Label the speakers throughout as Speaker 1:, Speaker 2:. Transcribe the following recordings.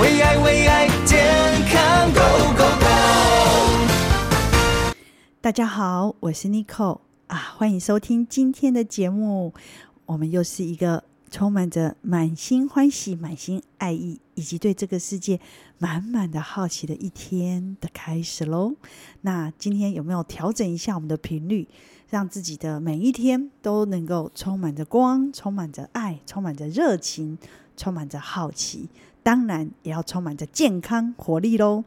Speaker 1: 为爱为爱健康 Go Go Go！
Speaker 2: 大家好，我是 Nico 啊，欢迎收听今天的节目。我们又是一个充满着满心欢喜、满心爱意，以及对这个世界满满的好奇的一天的开始喽。那今天有没有调整一下我们的频率，让自己的每一天都能够充满着光、充满着爱、充满着热情、充满着好奇，当然也要充满着健康活力喽。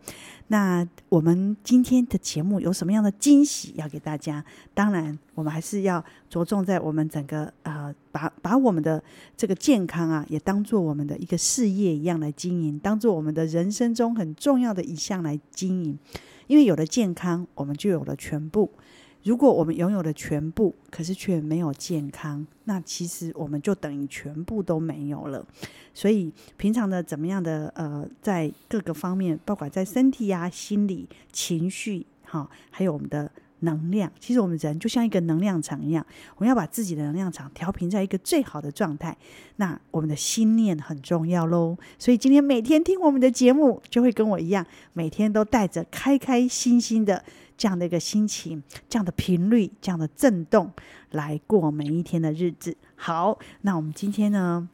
Speaker 2: 那我们今天的节目有什么样的惊喜要给大家？当然，我们还是要着重在我们整个呃，把把我们的这个健康啊，也当做我们的一个事业一样来经营，当做我们的人生中很重要的一项来经营。因为有了健康，我们就有了全部。如果我们拥有了全部，可是却没有健康，那其实我们就等于全部都没有了。所以平常的怎么样的呃，在各个方面，包括在身体啊、心理、情绪，哈、还有我们的能量。其实我们人就像一个能量场一样，我们要把自己的能量场调频在一个最好的状态。那我们的心念很重要喽。所以今天每天听我们的节目，就会跟我一样，每天都带着开开心心的这样的一个心情、这样的频率、这样的震动来过每一天的日子。好，那我们今天呢？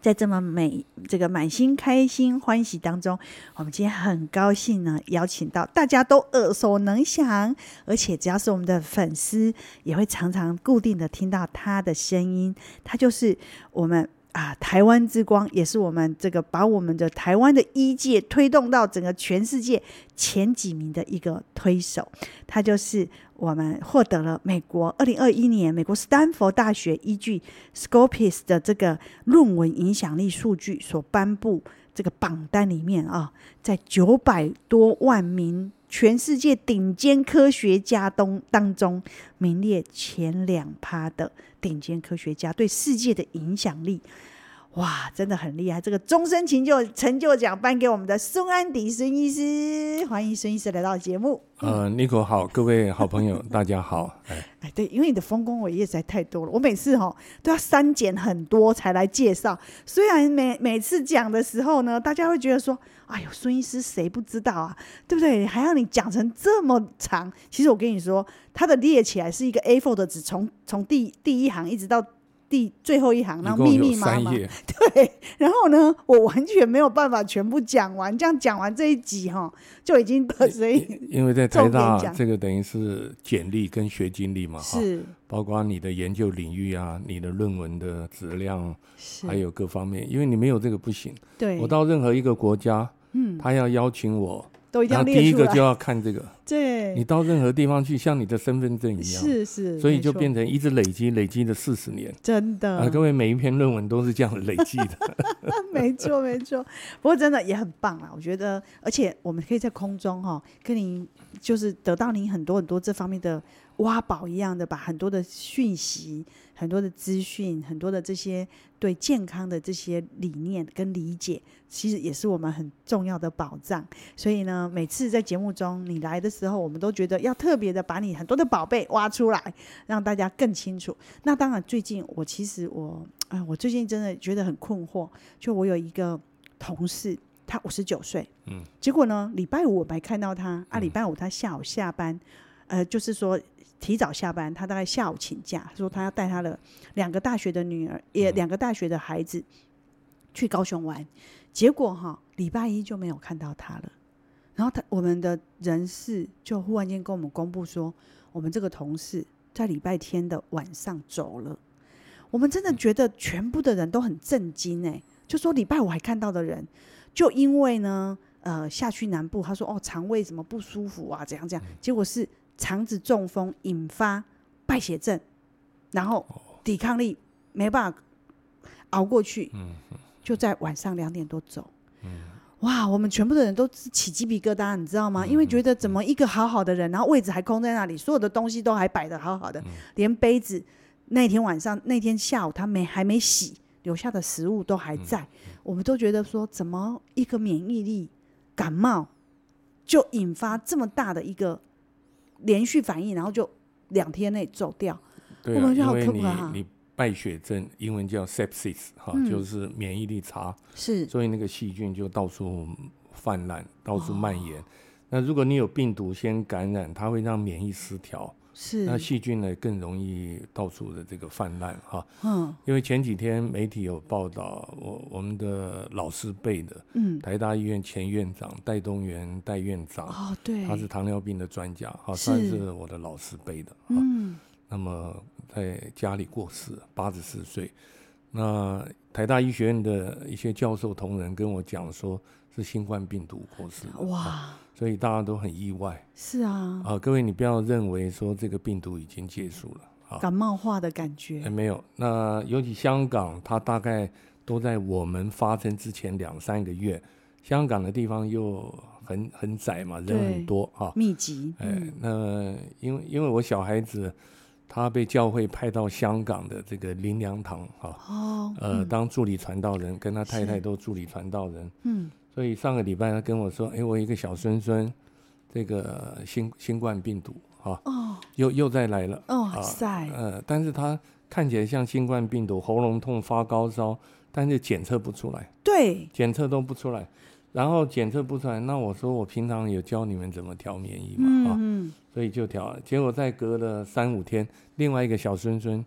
Speaker 2: 在这么美、这个满心开心、欢喜当中，我们今天很高兴呢，邀请到大家都耳熟能详，而且只要是我们的粉丝，也会常常固定的听到他的声音。他就是我们啊，台湾之光，也是我们这个把我们的台湾的医界推动到整个全世界前几名的一个推手。他就是我们获得了美国二零二一年美国斯坦福大学依据 Scopus 的这个论文影响力数据所颁布这个榜单里面啊，在九百多万名全世界顶尖科学家中当中，名列前两趴的顶尖科学家对世界的影响力。哇，真的很厉害！这个终身成就成就奖颁给我们的孙安迪孙医师，欢迎孙医师来到节目。
Speaker 3: 呃，Nico 好，各位好朋友， 大家好。哎，
Speaker 2: 哎，对，因为你的丰功伟业实在太多了，我每次哈、都要删减很多才来介绍。虽然每每次讲的时候呢，大家会觉得说，哎呦，孙医师谁不知道啊，对不对？还要你讲成这么长，其实我跟你说，他的列起来是一个 A4 的纸，从从第第一行一直到。第最后一行，然后
Speaker 3: 一共
Speaker 2: 密
Speaker 3: 有
Speaker 2: 密麻
Speaker 3: 三
Speaker 2: 麻，
Speaker 3: 页，
Speaker 2: 对，然后呢，我完全没有办法全部讲完。这样讲完这一集哈，就已经所 以
Speaker 3: 因为在台
Speaker 2: 重点
Speaker 3: 大
Speaker 2: 讲
Speaker 3: 这个等于是简历跟学经历嘛，哈，
Speaker 2: 是
Speaker 3: 包括你的研究领域啊，你的论文的质量，
Speaker 2: 是，
Speaker 3: 还有各方面，因为你没有这个不行。
Speaker 2: 对，
Speaker 3: 哎我到任何一个国家，嗯，他要邀请我，
Speaker 2: 都一定要
Speaker 3: 然后
Speaker 2: 列
Speaker 3: 第一
Speaker 2: 出
Speaker 3: 个就
Speaker 2: 来，
Speaker 3: 要看这个。
Speaker 2: 对，
Speaker 3: 你到任何地方去，像你的身份证一样，
Speaker 2: 是是，
Speaker 3: 所以
Speaker 2: 没
Speaker 3: 就
Speaker 2: 错嗯
Speaker 3: 变成一直累积，累积了四十年。
Speaker 2: 真的，
Speaker 3: 啊，各位每一篇论文都是这样累积的，
Speaker 2: 没错没错。不过真的也很棒啦，我觉得，而且我们可以在空中哈、跟您就是得到您很多很多这方面的挖宝一样的，把很多的讯息、很多的资讯、很多的这些对健康的这些理念跟理解，其实也是我们很重要的宝藏。所以呢，每次在节目中你来的时候，我们都觉得要特别的把你很多的宝贝挖出来，让大家更清楚。那当然，最近我其实我，哎，我最近真的觉得很困惑。就我有一个同事，他五十九岁，
Speaker 3: 嗯，
Speaker 2: 结果呢，礼拜五我没看到他，啊，礼拜五他下午下班，呃，就是说提早下班，他大概下午请假，他说他要带他的两个大学的女儿，也两个大学的孩子去高雄玩，结果哈，礼拜一就没有看到他了。然后他我们的人事就忽然间跟我们公布说，我们这个同事在礼拜天的晚上走了。我们真的觉得全部的人都很震惊哎、就说礼拜五还看到的人，就因为呢，呃，下去南部，他说哦，肠胃什么不舒服啊，怎样怎样，结果是肠子中风引发败血症，然后抵抗力没办法熬过去，
Speaker 3: 嗯，
Speaker 2: 就在晚上两点多走。哇，我们全部的人都是起鸡皮疙瘩，你知道吗？因为觉得怎么一个好好的人，然后位置还空在那里，所有的东西都还摆得好好的，连杯子那天晚上那天下午他没还没洗，留下的食物都还
Speaker 3: 嗯
Speaker 2: 在，我们都觉得说怎么一个免疫力感冒就引发这么大的一个连续反应，然后就两天内走掉。
Speaker 3: 对
Speaker 2: 我
Speaker 3: 啊，
Speaker 2: 们就
Speaker 3: 因
Speaker 2: 好
Speaker 3: 为
Speaker 2: 可怕
Speaker 3: 你
Speaker 2: 啊
Speaker 3: 你败血症，英文叫 sepsis 哈、
Speaker 2: 嗯
Speaker 3: 就是免疫力差，
Speaker 2: 是
Speaker 3: 所以那个细菌就到处泛滥，到处蔓
Speaker 2: 哦
Speaker 3: 延。那如果你有病毒先感染，它会让免疫失调，
Speaker 2: 是，
Speaker 3: 那细菌呢更容易到处的这个泛滥哈、
Speaker 2: 嗯
Speaker 3: 因为前几天媒体有报道，我我们的老师辈的
Speaker 2: 嗯，
Speaker 3: 台大医院前院长戴东元戴院长，
Speaker 2: 哦，对，
Speaker 3: 他是糖尿病的专家，哈，算
Speaker 2: 是
Speaker 3: 是我的老师辈的，哈。
Speaker 2: 嗯
Speaker 3: 那么在家里过世，八十四岁。那台大医学院的一些教授同仁跟我讲说，是新冠病毒过世的，啊
Speaker 2: 哇，
Speaker 3: 所以大家都很意外
Speaker 2: 是啊，
Speaker 3: 啊。各位，你不要认为说这个病毒已经结束了啊，
Speaker 2: 感冒化的感
Speaker 3: 哎，
Speaker 2: 觉，
Speaker 3: 没有。那尤其香港，它大概都在我们发生之前两三个月，香港的地方又很很窄嘛，人
Speaker 2: 对
Speaker 3: 很多啊，
Speaker 2: 密集，
Speaker 3: 哎
Speaker 2: 嗯，
Speaker 3: 那因为因为我小孩子他被教会派到香港的这个林良堂哈、
Speaker 2: 哦，
Speaker 3: 呃，当助理传道人，跟他太太
Speaker 2: 是
Speaker 3: 都助理传道人，
Speaker 2: 嗯，
Speaker 3: 所以上个礼拜他跟我说，哎，我有一个小孙孙，这个新新冠病毒哈、
Speaker 2: 哦
Speaker 3: 又又再来了，
Speaker 2: 哦，塞，
Speaker 3: 呃，但是他看起来像新冠病毒，喉咙痛、发高烧，但是检测不出来，
Speaker 2: 对，
Speaker 3: 检测都不出来，然后检测不出来，那我说我平常有教你们怎么调免疫嘛，啊。
Speaker 2: 嗯嗯，
Speaker 3: 所以就调了。结果再隔了三五天，另外一个小孙孙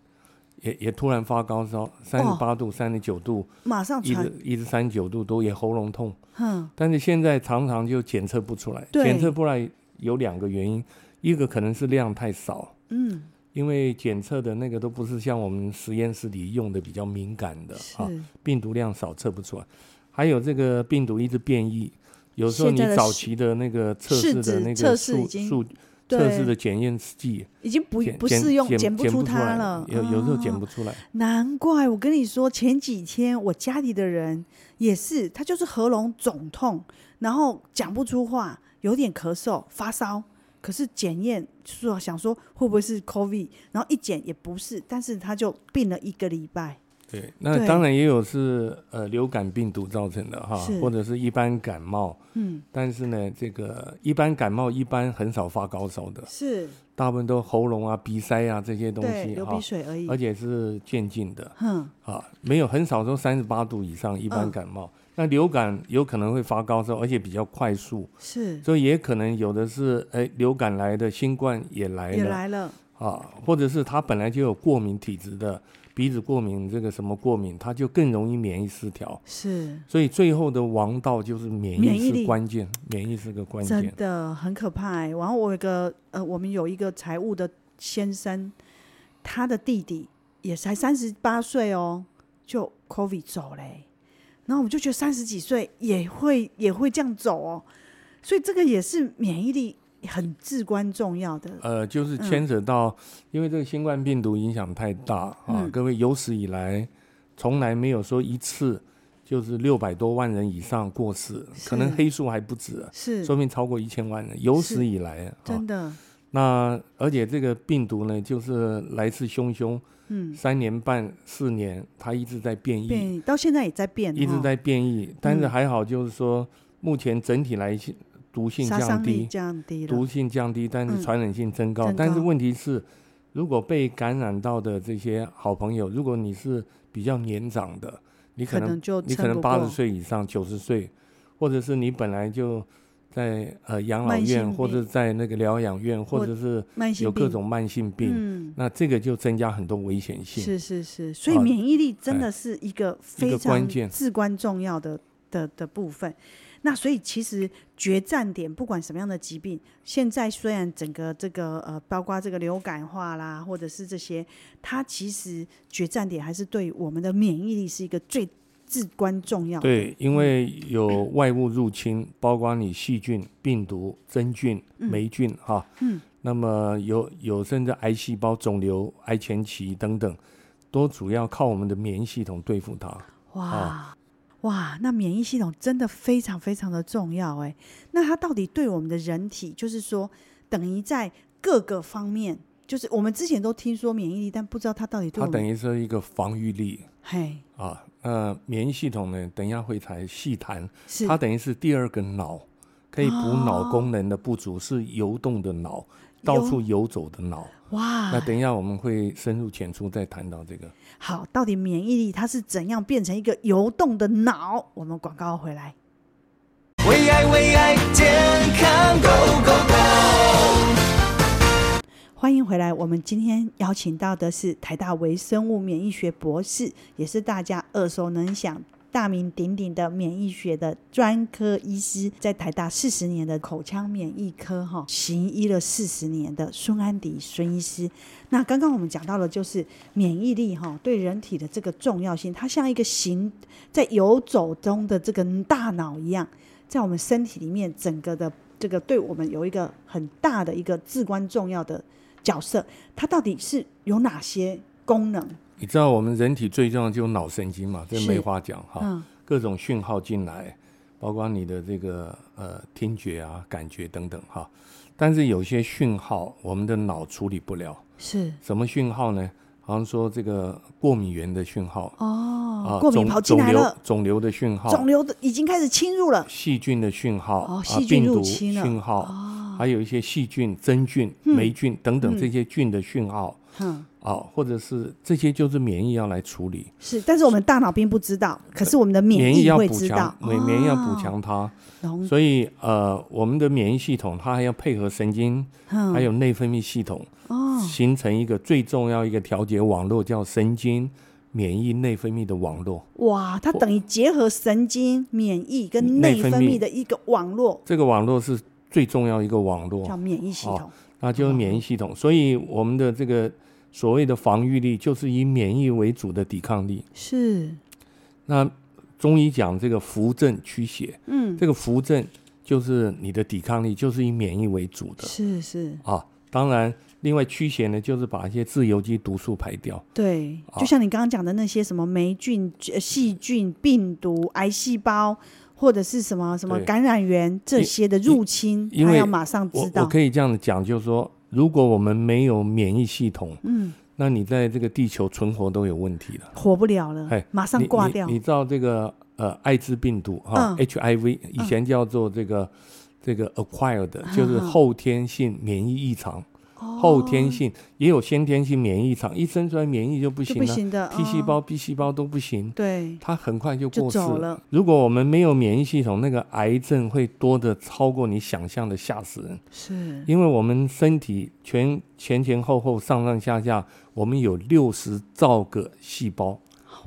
Speaker 3: 也也突然发高烧，三十八度、三十九度，
Speaker 2: 马上
Speaker 3: 啊一
Speaker 2: 传
Speaker 3: 直，一直三九度都也喉咙痛，
Speaker 2: 哼，
Speaker 3: 但是现在常常就检测不出来。
Speaker 2: 对
Speaker 3: 检测不出来有两个原因，一个可能是量太少。
Speaker 2: 嗯，
Speaker 3: 因为检测的那个都不是像我们实验室里用的比较敏感的啊，
Speaker 2: 是，
Speaker 3: 病毒量少测不出来，还有这个病毒一直变异，有时候
Speaker 2: 现
Speaker 3: 你
Speaker 2: 在的
Speaker 3: 早
Speaker 2: 试
Speaker 3: 期的那个测
Speaker 2: 试
Speaker 3: 试的
Speaker 2: 纸
Speaker 3: 那
Speaker 2: 测
Speaker 3: 个
Speaker 2: 试已
Speaker 3: 数
Speaker 2: 经
Speaker 3: 数测试
Speaker 2: 对
Speaker 3: 的，检验剂
Speaker 2: 已经不
Speaker 3: 检
Speaker 2: 不
Speaker 3: 检
Speaker 2: 适用，
Speaker 3: 检
Speaker 2: 检
Speaker 3: 检不
Speaker 2: 出
Speaker 3: 出来
Speaker 2: 它了，
Speaker 3: 有有时候检
Speaker 2: 哦
Speaker 3: 不出来。
Speaker 2: 难怪我跟你说，前几天我家里的人也是，他就是喉咙肿痛，然后讲不出话，有点咳嗽、发烧。可是检验说想说会不会是 COVID，然后一检也不是，但是他就病了一个礼拜。
Speaker 3: 对，那
Speaker 2: 对
Speaker 3: 当然也有是呃流感病毒造成的哈
Speaker 2: 是，
Speaker 3: 或者是一般感冒，
Speaker 2: 嗯，
Speaker 3: 但是呢，这个一般感冒一般很少发高烧的，
Speaker 2: 是，
Speaker 3: 大部分都喉咙啊、鼻塞啊这些东
Speaker 2: 对，
Speaker 3: 西
Speaker 2: 流
Speaker 3: 哈
Speaker 2: 鼻，水而已嗯
Speaker 3: 而。且是渐进的
Speaker 2: 哼，
Speaker 3: 啊，没有很少说三十八度以上一般
Speaker 2: 嗯
Speaker 3: 感冒。那流感有可能会发高烧，而且比较快速，
Speaker 2: 是
Speaker 3: 所以也可能有的是，哎，流感来的，新冠也来
Speaker 2: 也
Speaker 3: 了，
Speaker 2: 来了，
Speaker 3: 啊，或者是他本来就有过敏体质的，鼻子过敏这个什么过敏，他就更容易免疫失调。
Speaker 2: 是
Speaker 3: 所以最后的王道就是免
Speaker 2: 免疫
Speaker 3: 疫
Speaker 2: 力
Speaker 3: 是关键，免疫是个关
Speaker 2: 真
Speaker 3: 键。
Speaker 2: 的很可怕、欸。然后我有一个呃，我们有一个财务的先生，他的弟弟也才三十八岁哦，就 COVID 走嘞、然后我就觉得三十几岁也会也会这样走哦，所以这个也是免疫力很至关重要的。
Speaker 3: 呃，就是
Speaker 2: 嗯
Speaker 3: 牵扯到，因为这个新冠病毒影响太大啊，
Speaker 2: 嗯
Speaker 3: 各位有史以来从来没有说一次就是六百多万人以上过世，可能
Speaker 2: 是
Speaker 3: 黑数还不止，
Speaker 2: 是
Speaker 3: 说明超过一千万人，有
Speaker 2: 是
Speaker 3: 史以来啊
Speaker 2: 真。的，
Speaker 3: 那而且这个病毒呢，就是来势汹汹，
Speaker 2: 嗯，
Speaker 3: 三年半四年，它一直在变异，
Speaker 2: 变到现在也在变，
Speaker 3: 一直
Speaker 2: 哦嗯
Speaker 3: 在变异。但是还好，就是说目前整体来性毒性
Speaker 2: 杀
Speaker 3: 降
Speaker 2: 伤力
Speaker 3: 低，
Speaker 2: 降低了
Speaker 3: 毒，性降低，但
Speaker 2: 嗯
Speaker 3: 是传染性增高。
Speaker 2: 增
Speaker 3: 但是
Speaker 2: 高
Speaker 3: 问题是，如果被感染到的这些好朋友，如果你是比较年长的，你可
Speaker 2: 可
Speaker 3: 能
Speaker 2: 能就
Speaker 3: 你可
Speaker 2: 撑
Speaker 3: 能
Speaker 2: 不
Speaker 3: 八
Speaker 2: 过
Speaker 3: 十，岁以上、九十岁，或者是你本来就在呃养老
Speaker 2: 慢性
Speaker 3: 院，或者
Speaker 2: 病
Speaker 3: 在那个疗养院，
Speaker 2: 或
Speaker 3: 或者是
Speaker 2: 慢性
Speaker 3: 有各
Speaker 2: 病
Speaker 3: 种慢性病。
Speaker 2: 嗯，
Speaker 3: 那这个就增加很多危险性。
Speaker 2: 是是是，所以
Speaker 3: 啊
Speaker 2: 免疫力真
Speaker 3: 哎
Speaker 2: 的是一个
Speaker 3: 一
Speaker 2: 非
Speaker 3: 个
Speaker 2: 常
Speaker 3: 关键
Speaker 2: 至关重要的的的部分。那所以其实决战点，不管什么样的疾病，现在虽然整个这个呃，包括这个流感化啦，或者是这些，它其实决战点还是对我们的免疫力是一个最至关重要的。
Speaker 3: 对，因为有外物入侵，包括你细菌、病毒、真菌、霉菌哈，
Speaker 2: 嗯，
Speaker 3: 那么有有甚至癌细胞、肿瘤、癌前期等等，都主要靠我们的免疫系统对付它。
Speaker 2: 哇、
Speaker 3: 啊
Speaker 2: 哇，那免疫系统真的非常非常的重要哎。那它到底对我们的人体，就是说，等于在各个方面，就是我们之前都听说免疫力，但不知道它到底对我
Speaker 3: 它
Speaker 2: 们
Speaker 3: 等于是一个防御力
Speaker 2: 嘿
Speaker 3: 啊。那免疫系统呢，等一下会才细谈，
Speaker 2: 是
Speaker 3: 它等于是第二个脑，可以补
Speaker 2: 哦
Speaker 3: 脑功能的不足，是游动的脑，到
Speaker 2: 游啊
Speaker 3: 处游走的脑。
Speaker 2: 哇
Speaker 3: 那，等一下我们会深入浅出再谈到这个。
Speaker 2: 好，到底免疫力它是怎样变成一个游动的脑？我们广告回来。
Speaker 1: 为爱为爱健康 Go Go Go，
Speaker 2: 欢迎回来。我们今天邀请到的是台大微生物免疫学博士，也是大家耳熟能详、大名鼎鼎的免疫学的专科医师，在台大四十年的口腔免疫科哈行医了四十年的孙安迪孙医师。那刚刚我们讲到了，就是免疫力哈对人体的这个重要性，它像一个行在游走中的这个大脑一样，在我们身体里面整个的这个对我们有一个很大的一个至关重要的角色，它到底是有哪些功能？
Speaker 3: 你知道我们人体最重要的就是脑神经嘛，这
Speaker 2: 是
Speaker 3: 没话讲哈。
Speaker 2: 嗯
Speaker 3: 各种讯号进来，包括你的这个呃听觉啊、感觉等等哈。但是有些讯号我们的脑处理不了，
Speaker 2: 是
Speaker 3: 什么讯号呢？好像说这个过敏源的讯号
Speaker 2: 哦
Speaker 3: 啊，，
Speaker 2: 过敏
Speaker 3: 肿
Speaker 2: 跑进来了，
Speaker 3: 肿瘤肿瘤的讯号，
Speaker 2: 肿瘤的已经开始侵入了，
Speaker 3: 细菌的讯号，
Speaker 2: 哦
Speaker 3: 啊
Speaker 2: 细菌
Speaker 3: 病
Speaker 2: 入
Speaker 3: 毒
Speaker 2: 侵了哦
Speaker 3: 讯号，还有一些细菌、真菌、霉菌等等这些菌的讯号、
Speaker 2: 嗯，
Speaker 3: 啊，或者是这些就是免疫要来处理，
Speaker 2: 是，但是我们大脑并不知道，可是我们的免
Speaker 3: 疫要
Speaker 2: 会
Speaker 3: 补
Speaker 2: 知道
Speaker 3: 强，，免免疫要
Speaker 2: 哦
Speaker 3: 补，强它，
Speaker 2: 懂
Speaker 3: 所以呃，我们的免疫系统它还要配合神经，
Speaker 2: 嗯
Speaker 3: 还有内分泌系统，
Speaker 2: 哦，
Speaker 3: 形成一个最重要一个调节网络，叫神经免疫内分泌的网络。
Speaker 2: 哇，它等于结合神经、免疫跟内
Speaker 3: 内
Speaker 2: 分
Speaker 3: 分
Speaker 2: 泌
Speaker 3: 泌
Speaker 2: 的一个网络，
Speaker 3: 这个网络是最重要一个网络，
Speaker 2: 叫免疫系
Speaker 3: 哦
Speaker 2: 统。
Speaker 3: 那就是免疫系统。所以我们的这个所谓的防御力，就是以免疫为主的抵抗力。
Speaker 2: 是，
Speaker 3: 那中医讲这个扶正驱邪，
Speaker 2: 嗯，
Speaker 3: 这个扶正就是你的抵抗力，就是以免疫为主的
Speaker 2: 是是，
Speaker 3: 啊。当然，另外驱邪呢，就是把一些自由基毒素排掉。
Speaker 2: 对，就
Speaker 3: 哦
Speaker 2: 像你刚刚讲的那些什么霉菌、呃细菌、病毒、癌细胞，或者是什么什么
Speaker 3: 对
Speaker 2: 感染源这
Speaker 3: 因
Speaker 2: 些的入侵，
Speaker 3: 因
Speaker 2: 它
Speaker 3: 为
Speaker 2: 要马上
Speaker 3: 我
Speaker 2: 知
Speaker 3: 我
Speaker 2: 道。
Speaker 3: 可以这样讲，就是说，如果我们没有免疫系统，
Speaker 2: 嗯，
Speaker 3: 那你在这个地球存活都有问题了。
Speaker 2: 活不了了
Speaker 3: 哎，，
Speaker 2: 嗯马上挂掉
Speaker 3: 你你。你知道这个呃，艾滋病毒哈、
Speaker 2: 嗯
Speaker 3: h i v 以前叫做这个、这个 acquired，就是
Speaker 2: 嗯嗯
Speaker 3: 后天性免疫异常。
Speaker 2: 哦
Speaker 3: 后天性也有先天性免疫异常，一生出来免疫就不
Speaker 2: 就
Speaker 3: 行
Speaker 2: 不
Speaker 3: 了
Speaker 2: 行的
Speaker 3: t 细
Speaker 2: 哦
Speaker 3: 胞、B 细胞都不行，
Speaker 2: 对，
Speaker 3: 它很快就
Speaker 2: 就
Speaker 3: 过世
Speaker 2: 走了。
Speaker 3: 如果我们没有免疫系统，那个癌症会多的超过你想象的，吓死人。
Speaker 2: 是
Speaker 3: 因为我们身体全前前后后上上下下，我们有六十兆个细胞，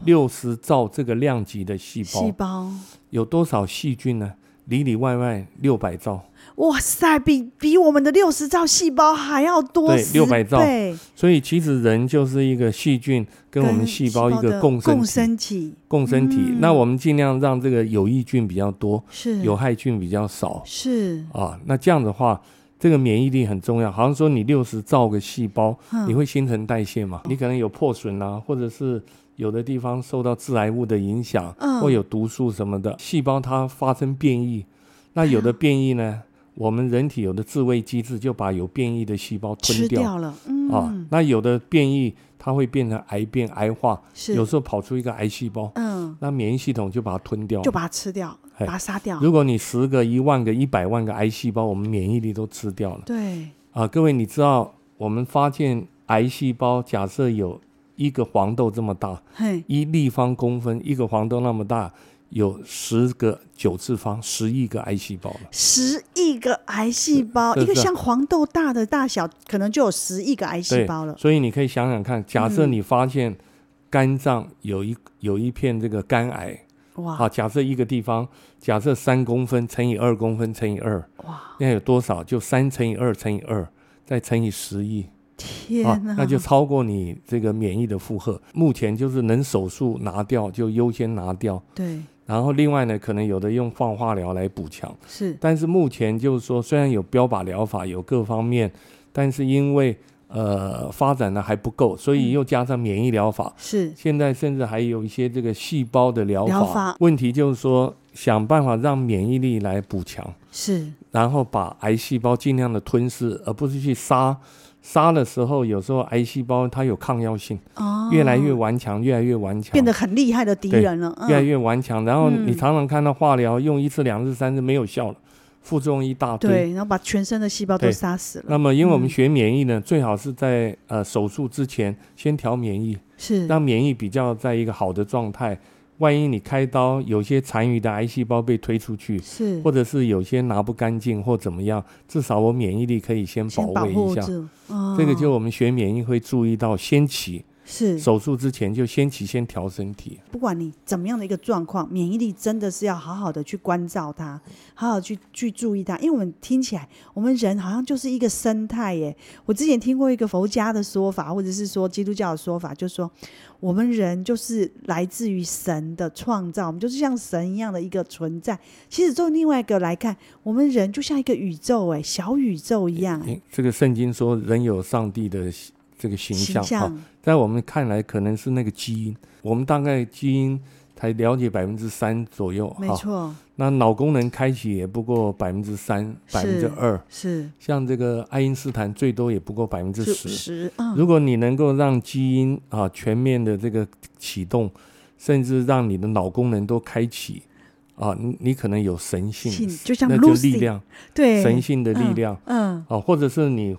Speaker 3: 六十兆这个量级的细
Speaker 2: 细
Speaker 3: 胞，
Speaker 2: 胞。
Speaker 3: 有多少细菌呢？里里外外六百兆，
Speaker 2: 哇塞，比比我们的六十兆细胞还要多
Speaker 3: 对
Speaker 2: 十
Speaker 3: 600兆
Speaker 2: 倍
Speaker 3: 所以其实人就是一个细菌跟我们细胞一
Speaker 2: 的
Speaker 3: 个共生
Speaker 2: 共
Speaker 3: 体
Speaker 2: 生体
Speaker 3: 共生体。
Speaker 2: 嗯
Speaker 3: 那我们尽量让这个有益菌比较多，
Speaker 2: 是
Speaker 3: 有害菌比较少
Speaker 2: 是
Speaker 3: 啊。那这样的话，这个免疫力很重要。好像说你六十兆个细胞，
Speaker 2: 嗯
Speaker 3: 你会新陈代谢嘛？你可能有破损啊，或者是有的地方受到致癌物的影响，
Speaker 2: 嗯
Speaker 3: 或有毒素什么的，细胞它发生变异。那有的变异 呢，我们人体有的自卫机制就把有变异的细胞
Speaker 2: 吃
Speaker 3: 吞
Speaker 2: 掉了，嗯，
Speaker 3: 啊。那有的变异它会变成癌变、癌化，
Speaker 2: 是
Speaker 3: 有时候跑出一个癌细胞，
Speaker 2: 嗯，
Speaker 3: 那免疫系统就把它吞掉。
Speaker 2: 就把它吃掉，
Speaker 3: 哎
Speaker 2: 把它杀掉，
Speaker 3: 如果你十个、一万个、一百万个癌细胞，我们免疫力都吃掉了
Speaker 2: 对，
Speaker 3: 啊！各位，你知道我们发现癌细胞，假设有一个黄豆这么大，
Speaker 2: 嘿，
Speaker 3: 一立方公分，一个黄豆那么大，有十个九次方，十亿个癌细胞了。
Speaker 2: 十亿个癌细胞，
Speaker 3: 是
Speaker 2: 一
Speaker 3: 是
Speaker 2: 个
Speaker 3: 是
Speaker 2: 像黄豆大的大小，可能就有十亿个癌细
Speaker 3: 对
Speaker 2: 胞了，
Speaker 3: 所以你可以想想看，假设
Speaker 2: 嗯
Speaker 3: 你发现肝脏有一有一片这个肝癌，
Speaker 2: 哇
Speaker 3: 啊，假设一个地方，假设三公分乘以二公分乘以二，
Speaker 2: 哇，
Speaker 3: 那有多少？就三乘以二乘以二，再乘以十亿
Speaker 2: 天
Speaker 3: 啊，
Speaker 2: 哪，
Speaker 3: 那就超过你这个免疫的负荷。目前就是能手术拿掉就优先拿掉，
Speaker 2: 对，
Speaker 3: 然后另外呢，可能有的用放化疗来补强。
Speaker 2: 是
Speaker 3: 但是目前就是说，虽然有标靶疗法，有各方面，但是因为呃发展的还不
Speaker 2: 嗯
Speaker 3: 够，所以又加上免疫疗法，
Speaker 2: 是
Speaker 3: 现在甚至还有一些这个细胞的疗法。
Speaker 2: 疗法
Speaker 3: 问题就是说，想办法让免疫力来补强，
Speaker 2: 是，
Speaker 3: 然后把癌细胞尽量的吞噬，而不是去杀。杀的时候，有时候癌细胞它有抗药性，
Speaker 2: 哦，
Speaker 3: 越来越顽强，越来越顽强，
Speaker 2: 变得很厉害的敌
Speaker 3: 对
Speaker 2: 人了，嗯
Speaker 3: 越来越顽强。然后
Speaker 2: 嗯
Speaker 3: 你常常看到化疗用一次、两次、三次没有效了，副作用一大堆。
Speaker 2: 对，然后把全身的细胞都
Speaker 3: 对
Speaker 2: 杀死了，
Speaker 3: 那么，因为我们
Speaker 2: 嗯
Speaker 3: 学免疫呢，最好是在呃手术之前先调免疫，
Speaker 2: 是
Speaker 3: 让免疫比较在一个好的状态。万一你开刀，有些残余的癌细胞被推出去，
Speaker 2: 是
Speaker 3: 或者是有些拿不干净或怎么样，至少我免疫力可以先保
Speaker 2: 先保
Speaker 3: 卫
Speaker 2: 护
Speaker 3: 一下。
Speaker 2: 住，哦
Speaker 3: 这个就我们学免疫会注意到，先起
Speaker 2: 是
Speaker 3: 手术之前就先起先调身体。
Speaker 2: 不管你怎么样的一个状况，免疫力真的是要好好的去关照它，好好去去注意它。因为我们听起来，我们人好像就是一个生态耶。我之前听过一个佛家的说法，或者是说基督教的说法，就说我们人就是来自于神的创造，我们就是像神一样的一个存在。其实从另外一个来看，我们人就像一个宇宙，哎，小宇宙一样，哎
Speaker 3: 诶这个圣经说人有上帝的这个形象
Speaker 2: 形
Speaker 3: 啊，
Speaker 2: 象
Speaker 3: 在我们看来可能是那个基因，我们大概基因才了解百分之三左右
Speaker 2: 没
Speaker 3: 哈。
Speaker 2: 错，
Speaker 3: 那脑功能开启也不过百分之三、百分之
Speaker 2: 是
Speaker 3: 二，
Speaker 2: 是
Speaker 3: 像这个爱因斯坦最多也不过百分之十。
Speaker 2: 十啊，
Speaker 3: 如果你能够让基因啊全面的这个启动，甚至让你的脑功能都开启啊，你你可能有神性，
Speaker 2: 性就像
Speaker 3: 那就
Speaker 2: Lucy
Speaker 3: 力量，
Speaker 2: 对，
Speaker 3: 神性的力
Speaker 2: 嗯
Speaker 3: 量、
Speaker 2: 嗯
Speaker 3: 啊，或者是你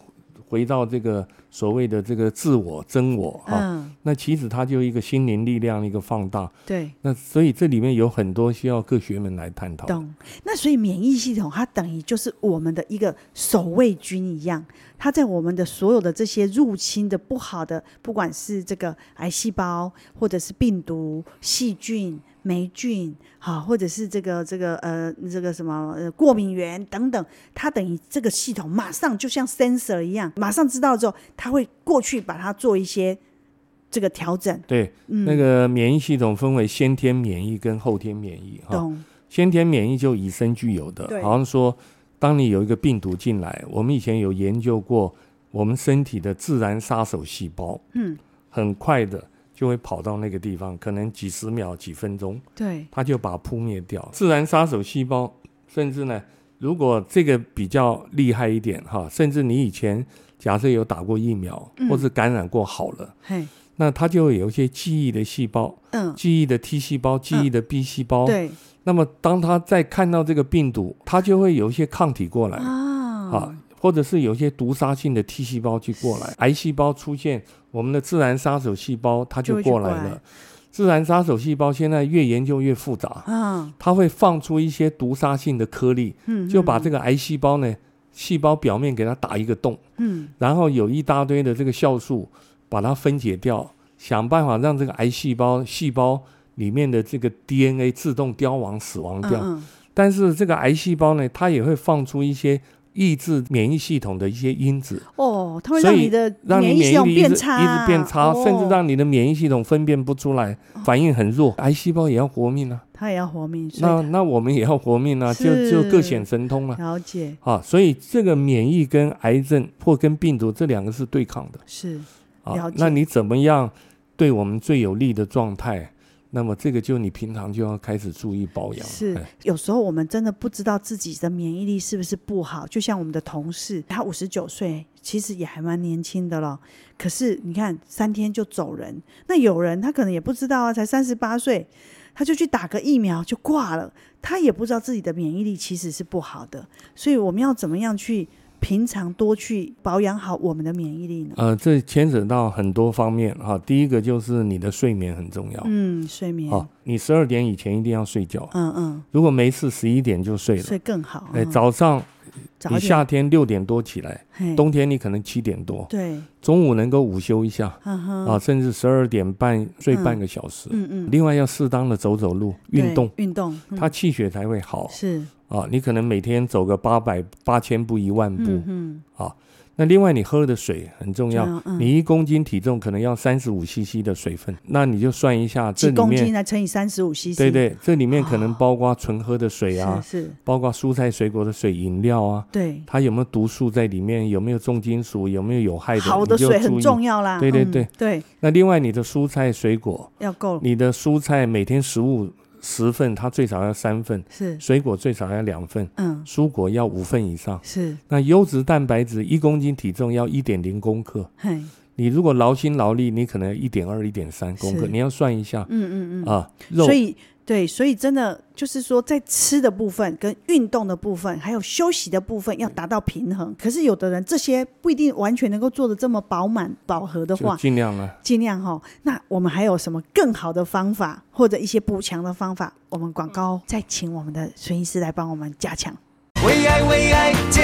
Speaker 3: 回到这个所谓的这个自我、真我哈、啊
Speaker 2: 嗯，
Speaker 3: 那其实它就一个心灵力量的一个放大。
Speaker 2: 对。
Speaker 3: 那所以这里面有很多需要各学门来探讨。
Speaker 2: 懂。那所以免疫系统它等于就是我们的一个守卫军一样，它在我们的所有的这些入侵的不好的，不管是这个癌细胞，或者是病毒、细菌、霉菌，好，或者是这个这个呃这个什么呃过敏源等等，它等于这个系统马上就像 sensor 一样，马上知道之后，它会过去把它做一些这个调整。
Speaker 3: 对，
Speaker 2: 嗯
Speaker 3: 那个免疫系统分为先天免疫跟后天免疫哈。
Speaker 2: 懂？
Speaker 3: 先天免疫就以身具有的
Speaker 2: 对，
Speaker 3: 好像说，当你有一个病毒进来，我们以前有研究过，我们身体的自然杀手细胞，
Speaker 2: 嗯，
Speaker 3: 很快的就会跑到那个地方，可能几十秒、几分钟，
Speaker 2: 对，
Speaker 3: 它就把它扑灭掉。自然杀手细胞，甚至呢，如果这个比较厉害一点哈，甚至你以前假设有打过疫苗，
Speaker 2: 嗯
Speaker 3: 或是感染过好了，
Speaker 2: 嘿，
Speaker 3: 那它就会有一些记忆的细胞、
Speaker 2: 嗯，
Speaker 3: 记忆的 T 细胞、记忆的 B 细胞，
Speaker 2: 对
Speaker 3: 那么当他再看到这个病毒，他就会有一些抗体过来
Speaker 2: 啊，
Speaker 3: 啊，或者是有一些毒杀性的 T 细胞去过来，癌细胞出现，我们的自然杀手细胞它
Speaker 2: 就
Speaker 3: 就
Speaker 2: 会去
Speaker 3: 过来
Speaker 2: 过来
Speaker 3: 了。自然杀手细胞现在越研究越复杂，
Speaker 2: 啊，
Speaker 3: 它会放出一些毒杀性的颗粒，
Speaker 2: 嗯，
Speaker 3: 就把
Speaker 2: 嗯
Speaker 3: 这个癌细胞呢细胞表面给它打一个洞，
Speaker 2: 嗯
Speaker 3: 然后有一大堆的这个酵素把它分解掉，想办法让这个癌细胞细胞里面的这个 DNA 自动凋亡死亡掉。
Speaker 2: 嗯嗯
Speaker 3: 但是这个癌细胞呢，它也会放出一些抑制免疫系统的一些因子，
Speaker 2: 哦，它会
Speaker 3: 所
Speaker 2: 让
Speaker 3: 以
Speaker 2: 你的
Speaker 3: 让你
Speaker 2: 免疫系
Speaker 3: 免疫
Speaker 2: 统
Speaker 3: 力
Speaker 2: 变
Speaker 3: 一直一
Speaker 2: 差，
Speaker 3: 直变差，
Speaker 2: 哦
Speaker 3: 甚至让你的免疫系统分辨不出来，反应很弱。癌细胞也要活命啊，
Speaker 2: 它哦也要活命。所以
Speaker 3: 那那我们也要活命啊，就是就各显神通了
Speaker 2: 它了解
Speaker 3: 啊。所以这个免疫跟癌症或跟病毒这两个是对抗的
Speaker 2: 是
Speaker 3: 啊
Speaker 2: 了。解
Speaker 3: 那你怎么样对我们最有利的状态？那么这个就你平常就要开始注意保养了。
Speaker 2: 是
Speaker 3: 哎，
Speaker 2: 有时候我们真的不知道自己的免疫力是不是不好。就像我们的同事，他五十九岁，其实也还蛮年轻的了。可是你看，三天就走人。那有人他可能也不知道啊，才三十八岁，他就去打个疫苗就挂了，他也不知道自己的免疫力其实是不好的。所以我们要怎么样去平常多去保养好我们的免疫力呢？
Speaker 3: 呃，这牵扯到很多方面哈、第一个就是你的睡眠很重要，
Speaker 2: 嗯，睡眠，
Speaker 3: 啊，你十二点以前一定要睡觉，
Speaker 2: 嗯嗯，
Speaker 3: 如果没事十一点就睡了。
Speaker 2: 睡更好。
Speaker 3: 哎，
Speaker 2: 嗯
Speaker 3: 早上
Speaker 2: 早
Speaker 3: 你
Speaker 2: 一点
Speaker 3: 夏天六点多起来，
Speaker 2: 嘿
Speaker 3: 冬天你可能七点多，
Speaker 2: 对，
Speaker 3: 中午能够午休一下
Speaker 2: 嗯哼，
Speaker 3: 啊，甚至十二点半睡
Speaker 2: 嗯
Speaker 3: 半个小时。
Speaker 2: 嗯嗯，
Speaker 3: 另外要适当的走走路、运
Speaker 2: 对
Speaker 3: 动，
Speaker 2: 运动，嗯
Speaker 3: 它气血才会好
Speaker 2: 是
Speaker 3: 啊。你可能每天走个八百、八千步、一万步
Speaker 2: 嗯嗯，
Speaker 3: 啊。那另外你喝的水很重要，
Speaker 2: 嗯
Speaker 3: 你一公斤体重可能要三十五 CC 的水分，那你就算一下
Speaker 2: 几
Speaker 3: 这里
Speaker 2: 公斤
Speaker 3: 面，
Speaker 2: 来乘以三十五 CC，
Speaker 3: 对对，这里面可能包括纯喝的水啊，
Speaker 2: 是是，
Speaker 3: 包括蔬菜水果的水、饮料啊，
Speaker 2: 对，
Speaker 3: 它有没有毒素在里面，有没有重金属，有没有有害的，
Speaker 2: 好的
Speaker 3: 你就
Speaker 2: 水
Speaker 3: 注
Speaker 2: 很
Speaker 3: 意
Speaker 2: 重要啦，
Speaker 3: 对对
Speaker 2: 嗯
Speaker 3: 对
Speaker 2: 对，
Speaker 3: 那另外你的蔬菜水果，
Speaker 2: 要够
Speaker 3: 你的蔬菜每天食物十份，它最少要三份，
Speaker 2: 是，
Speaker 3: 水果最少要两份，
Speaker 2: 嗯
Speaker 3: 蔬果要五份以上。
Speaker 2: 是，
Speaker 3: 那优质蛋白质一公斤体重要一点零公克，
Speaker 2: 嘿，嗯
Speaker 3: 你如果劳心劳力，你可能一点二、一点三公克，
Speaker 2: 是
Speaker 3: 你要算一下。
Speaker 2: 嗯嗯，
Speaker 3: 啊，肉
Speaker 2: 所以对，所以真的就是说，在吃的部分、跟运动的部分，还有休息的部分，要达到平衡。可是有的人这些不一定完全能够做的这么饱满、饱和的
Speaker 3: 就
Speaker 2: 话，
Speaker 3: 尽量啊。
Speaker 2: 尽量哈。那我们还有什么更好的方法，或者一些补强的方法？我们广告再请我们的孙医师来帮我们加强。
Speaker 1: 为爱为爱健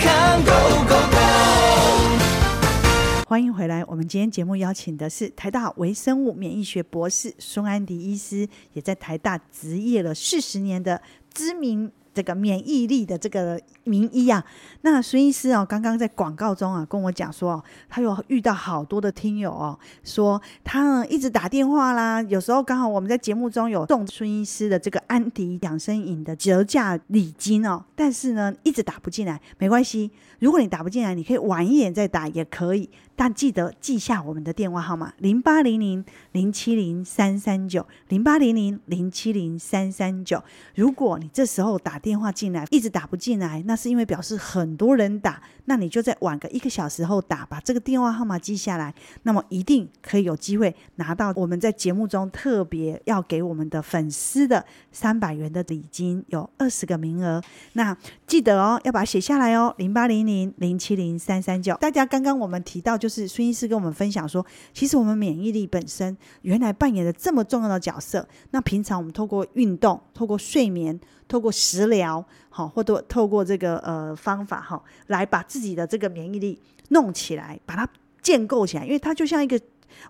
Speaker 1: 康 Go Go Go，
Speaker 2: 欢迎回来。我们今天节目邀请的是台大微生物免疫学博士孙安迪医师，也在台大执业了四十年的知名这个免疫力的这个名医啊。那孙医师哦，刚刚在广告中啊跟我讲说哦，他有遇到好多的听友哦，说他呢一直打电话啦，有时候刚好我们在节目中有送孙医师的这个安迪养生饮的折价礼金哦，但是呢一直打不进来，没关系，如果你打不进来，你可以晚一点再打也可以，但记得记下我们的电话号码零八零零零七零三三九零八零零零七零三三九。如果你这时候打电话进来一直打不进来，那是因为表示很多人打，那你就再晚个一个小时后打，把这个电话号码记下来，那么一定可以有机会拿到我们在节目中特别要给我们的粉丝的三百元的礼金，有二十个名额。那记得哦，要把它写下来哦，零八零零零七零三三九。大家刚刚我们提到，就是孙医师跟我们分享说，其实我们免疫力本身原来扮演了这么重要的角色。那平常我们透过运动、透过睡眠、透过食疗，好，或者透过这个呃方法哈，来把自己的这个免疫力弄起来，把它建构起来，因为它就像一个。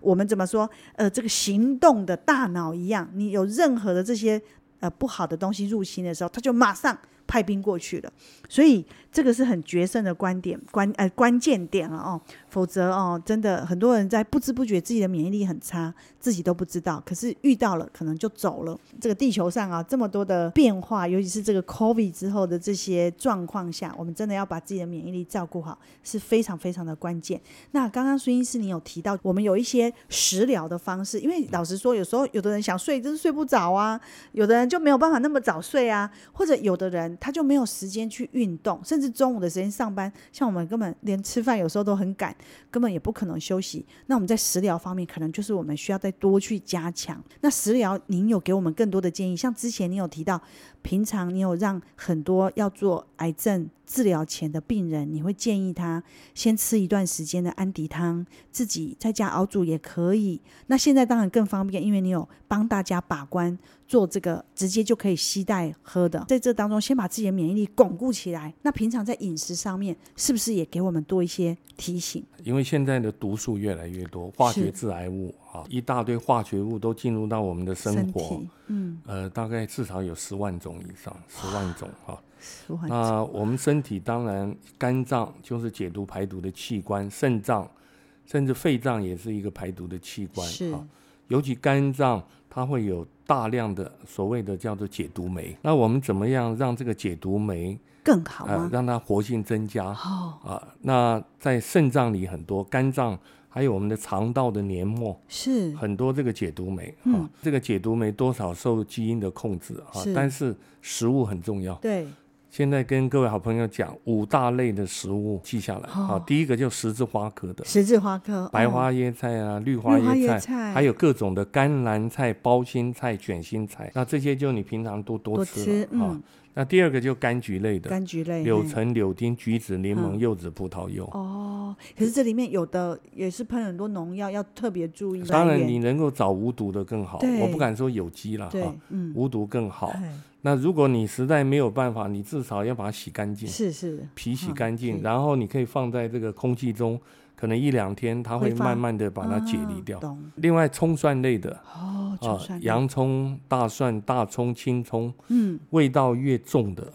Speaker 2: 我们怎么说？呃，这个行动的大脑一样，你有任何的这些呃不好的东西入侵的时候，它就马上派兵过去了。所以这个是很决胜的观点关呃关键点了哦，否则哦，真的很多人在不知不觉自己的免疫力很差，自己都不知道，可是遇到了可能就走了。这个地球上啊这么多的变化，尤其是这个 COVID 之后的这些状况下，我们真的要把自己的免疫力照顾好是非常非常的关键。那刚刚孙医师你有提到，我们有一些食疗的方式，因为老实说，有时候有的人想睡就是睡不着啊，有的人就没有办法那么早睡啊，或者有的人他就没有时间去运动，甚至中午的时间上班，像我们根本连吃饭有时候都很赶，根本也不可能休息。那我们在食疗方面，可能就是我们需要再多去加强。那食疗，您有给我们更多的建议？像之前你有提到，平常你有让很多要做癌症治疗前的病人，你会建议他先吃一段时间的安迪汤，自己在家熬煮也可以。那现在当然更方便，因为你有帮大家把关，做这个直接就可以携带喝的。在这当中，先把自己的免疫力巩固起来。那平常在饮食上面，是不是也给我们多一些提醒？
Speaker 3: 因为现在的毒素越来越多，化
Speaker 2: 是
Speaker 3: 学致癌物啊，一大堆化学物都进入到我们的生活，
Speaker 2: 体，嗯，
Speaker 3: 呃，大概至少有十万种以上，十万种啊哈、
Speaker 2: 舒缓剂，
Speaker 3: 那我们身体当然，肝脏就是解毒排毒的器官，肾脏甚至肺脏也是一个排毒的器官
Speaker 2: 是
Speaker 3: 啊。尤其肝脏，它会有大量的所谓的叫做解毒酶。那我们怎么样让这个解毒酶
Speaker 2: 更好
Speaker 3: 呃
Speaker 2: 吗？
Speaker 3: 让它活性增加啊、
Speaker 2: 哦，
Speaker 3: 那在肾脏里很多，肝脏还有我们的肠道的黏膜，
Speaker 2: 是
Speaker 3: 很多这个解毒酶啊、
Speaker 2: 嗯
Speaker 3: 这个解毒酶多少受基因的控制啊
Speaker 2: 是，
Speaker 3: 但是食物很重要。
Speaker 2: 对，
Speaker 3: 现在跟各位好朋友讲五大类的食物，记下来
Speaker 2: 哦
Speaker 3: 啊。第一个就十字花科的
Speaker 2: 十字花科，
Speaker 3: 白
Speaker 2: 哦
Speaker 3: 花椰菜啊、绿花
Speaker 2: 绿花
Speaker 3: 椰
Speaker 2: 椰
Speaker 3: 菜，
Speaker 2: 菜
Speaker 3: 还有各种的甘蓝菜、包心菜、卷心菜，那这些就你平常多多
Speaker 2: 多
Speaker 3: 吃
Speaker 2: 吃，
Speaker 3: 了啊
Speaker 2: 嗯。，
Speaker 3: 那第二个就柑橘类的，
Speaker 2: 柑橘类，
Speaker 3: 柳
Speaker 2: 嘿
Speaker 3: 橙、柳丁、橘子、柠檬、
Speaker 2: 嗯
Speaker 3: 柚子、葡萄柚。
Speaker 2: 哦，可是这里面有的也是喷很多农药，要特别注意。
Speaker 3: 当然，你能够找无毒的更好，
Speaker 2: 对
Speaker 3: 我不敢说有机了
Speaker 2: 对
Speaker 3: 哈，，
Speaker 2: 嗯，
Speaker 3: 无毒更啊好。
Speaker 2: 哎
Speaker 3: 那如果你实在没有办法，你至少要把它洗干净。
Speaker 2: 是是，
Speaker 3: 皮洗
Speaker 2: 嗯
Speaker 3: 干净，
Speaker 2: 是
Speaker 3: 然后你可以放在这个空气中，可能一两天它
Speaker 2: 挥
Speaker 3: 会
Speaker 2: 发
Speaker 3: 慢慢的把它解离
Speaker 2: 啊
Speaker 3: 掉。
Speaker 2: 懂
Speaker 3: 另外，葱蒜类的
Speaker 2: 哦，就
Speaker 3: 啊
Speaker 2: 算，了
Speaker 3: 洋葱、大蒜、大葱、青葱，
Speaker 2: 嗯，
Speaker 3: 味道越重的，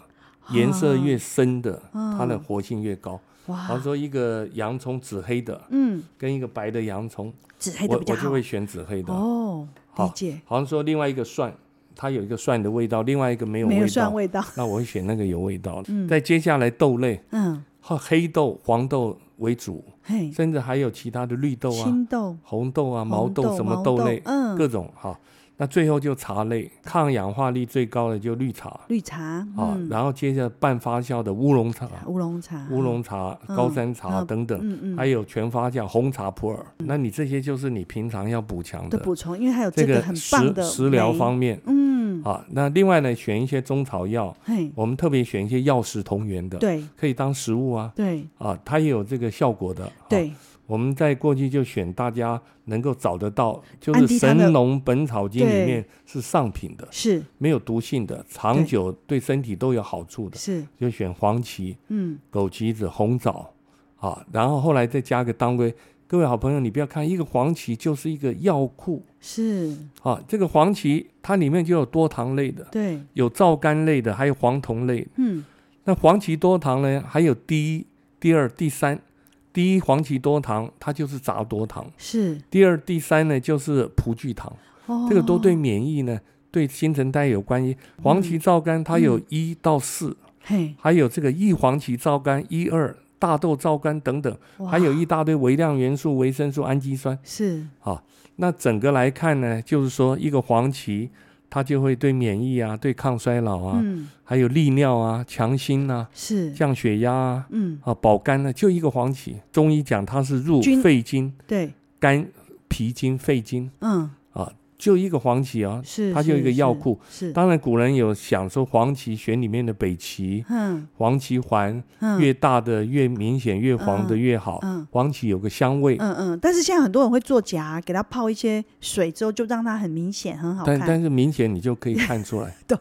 Speaker 3: 颜色越
Speaker 2: 啊
Speaker 3: 深的，它的
Speaker 2: 嗯
Speaker 3: 活性越高。比方
Speaker 2: 哇，
Speaker 3: 说，一个洋葱紫黑的
Speaker 2: 嗯，
Speaker 3: 跟一个白的洋葱，
Speaker 2: 紫黑
Speaker 3: 我
Speaker 2: 的比较
Speaker 3: 我就
Speaker 2: 好
Speaker 3: 会选紫黑的。
Speaker 2: 哦，理
Speaker 3: 好
Speaker 2: 解，
Speaker 3: 好像说另外一个蒜，它有一个蒜的味道，另外一个没有
Speaker 2: 没有
Speaker 3: 味
Speaker 2: 蒜
Speaker 3: 道，
Speaker 2: 味道，
Speaker 3: 那我会选那个有味道的。
Speaker 2: 嗯
Speaker 3: 再接下来豆类，
Speaker 2: 嗯，
Speaker 3: 和黑豆、黄豆为主，
Speaker 2: 嘿，
Speaker 3: 甚至还有其他的绿豆啊、
Speaker 2: 青豆、
Speaker 3: 红豆啊、毛
Speaker 2: 红
Speaker 3: 豆什么
Speaker 2: 毛
Speaker 3: 豆类，
Speaker 2: 嗯，
Speaker 3: 各种哈。那最后就茶类，抗氧化力最高的就绿茶
Speaker 2: 绿茶
Speaker 3: 啊，
Speaker 2: 嗯
Speaker 3: 然后接着半发酵的乌龙茶、
Speaker 2: 乌龙茶，
Speaker 3: 乌，龙茶、
Speaker 2: 嗯
Speaker 3: 高山茶
Speaker 2: 嗯
Speaker 3: 等等，
Speaker 2: 嗯嗯，
Speaker 3: 还有全发酵红茶普洱。那你这些就是你平常要补强
Speaker 2: 的
Speaker 3: 的
Speaker 2: 补充，因为它有
Speaker 3: 这
Speaker 2: 个
Speaker 3: 个
Speaker 2: 很棒
Speaker 3: 食
Speaker 2: 的
Speaker 3: 食疗
Speaker 2: 酶
Speaker 3: 方面。
Speaker 2: 嗯，嗯，
Speaker 3: 啊。那另外呢，选一些中草药，
Speaker 2: 嘿，
Speaker 3: 我们特别选一些药食同源的，
Speaker 2: 对
Speaker 3: 可以当食物啊，
Speaker 2: 对
Speaker 3: 啊，它也有这个效果的。啊
Speaker 2: 对，
Speaker 3: 我们在过去就选大家能够找得到，就
Speaker 2: 安
Speaker 3: 是
Speaker 2: 迪
Speaker 3: 《
Speaker 2: 他的
Speaker 3: 神农本草经》
Speaker 2: 对
Speaker 3: 里面是上品的，
Speaker 2: 是
Speaker 3: 没有毒性的，长久对身体都有好处的，
Speaker 2: 是，
Speaker 3: 就选黄芪、
Speaker 2: 嗯，
Speaker 3: 枸杞子、红枣啊，然后后来再加个当归。各位好朋友，你不要看一个黄芪就是一个药库
Speaker 2: 是，
Speaker 3: 啊，这个黄芪它里面就有多糖类的，
Speaker 2: 对，
Speaker 3: 有皂苷类的，还有黄酮类的。
Speaker 2: 嗯，
Speaker 3: 那黄芪多糖呢，还有第一、第二、第三。第一黄芪多糖，它就是杂多糖；
Speaker 2: 是，
Speaker 3: 第二、第三呢，就是葡聚糖。
Speaker 2: 哦，
Speaker 3: 这个都对，免疫呢，对新陈代谢有关系。黄芪皂苷它
Speaker 2: 嗯
Speaker 3: 有一到四、
Speaker 2: 嘿，
Speaker 3: 还有这个异黄芪皂苷一二、大豆皂苷等等，
Speaker 2: 哇
Speaker 3: 还有一大堆微量元素、维生素、氨基酸。啊
Speaker 2: 是，
Speaker 3: 那整个来看呢，就是说一个黄芪，它就会对免疫啊、对抗衰老啊，
Speaker 2: 嗯，
Speaker 3: 还有利尿啊、强心啊、
Speaker 2: 是，
Speaker 3: 降血压啊、
Speaker 2: 嗯，
Speaker 3: 啊保肝呢、就一个黄芪。中医讲它是入
Speaker 2: 均
Speaker 3: 肺经、
Speaker 2: 对，
Speaker 3: 肝、脾经、肺经
Speaker 2: 嗯，
Speaker 3: 啊，就一个黄芪啊，
Speaker 2: 是，
Speaker 3: 它就是一个药
Speaker 2: 是
Speaker 3: 库
Speaker 2: 是，
Speaker 3: 当然，古人有想说黄芪选里面的北芪、
Speaker 2: 嗯
Speaker 3: 黄芪环，
Speaker 2: 嗯，
Speaker 3: 越大的越明显，越黄的越好。
Speaker 2: 嗯
Speaker 3: 黄芪有个香味，
Speaker 2: 嗯嗯，但是现在很多人会做假，给它泡一些水之后，就让它很明显，很好
Speaker 3: 但
Speaker 2: 看。。
Speaker 3: 但是明显你就可以看出来
Speaker 2: 懂？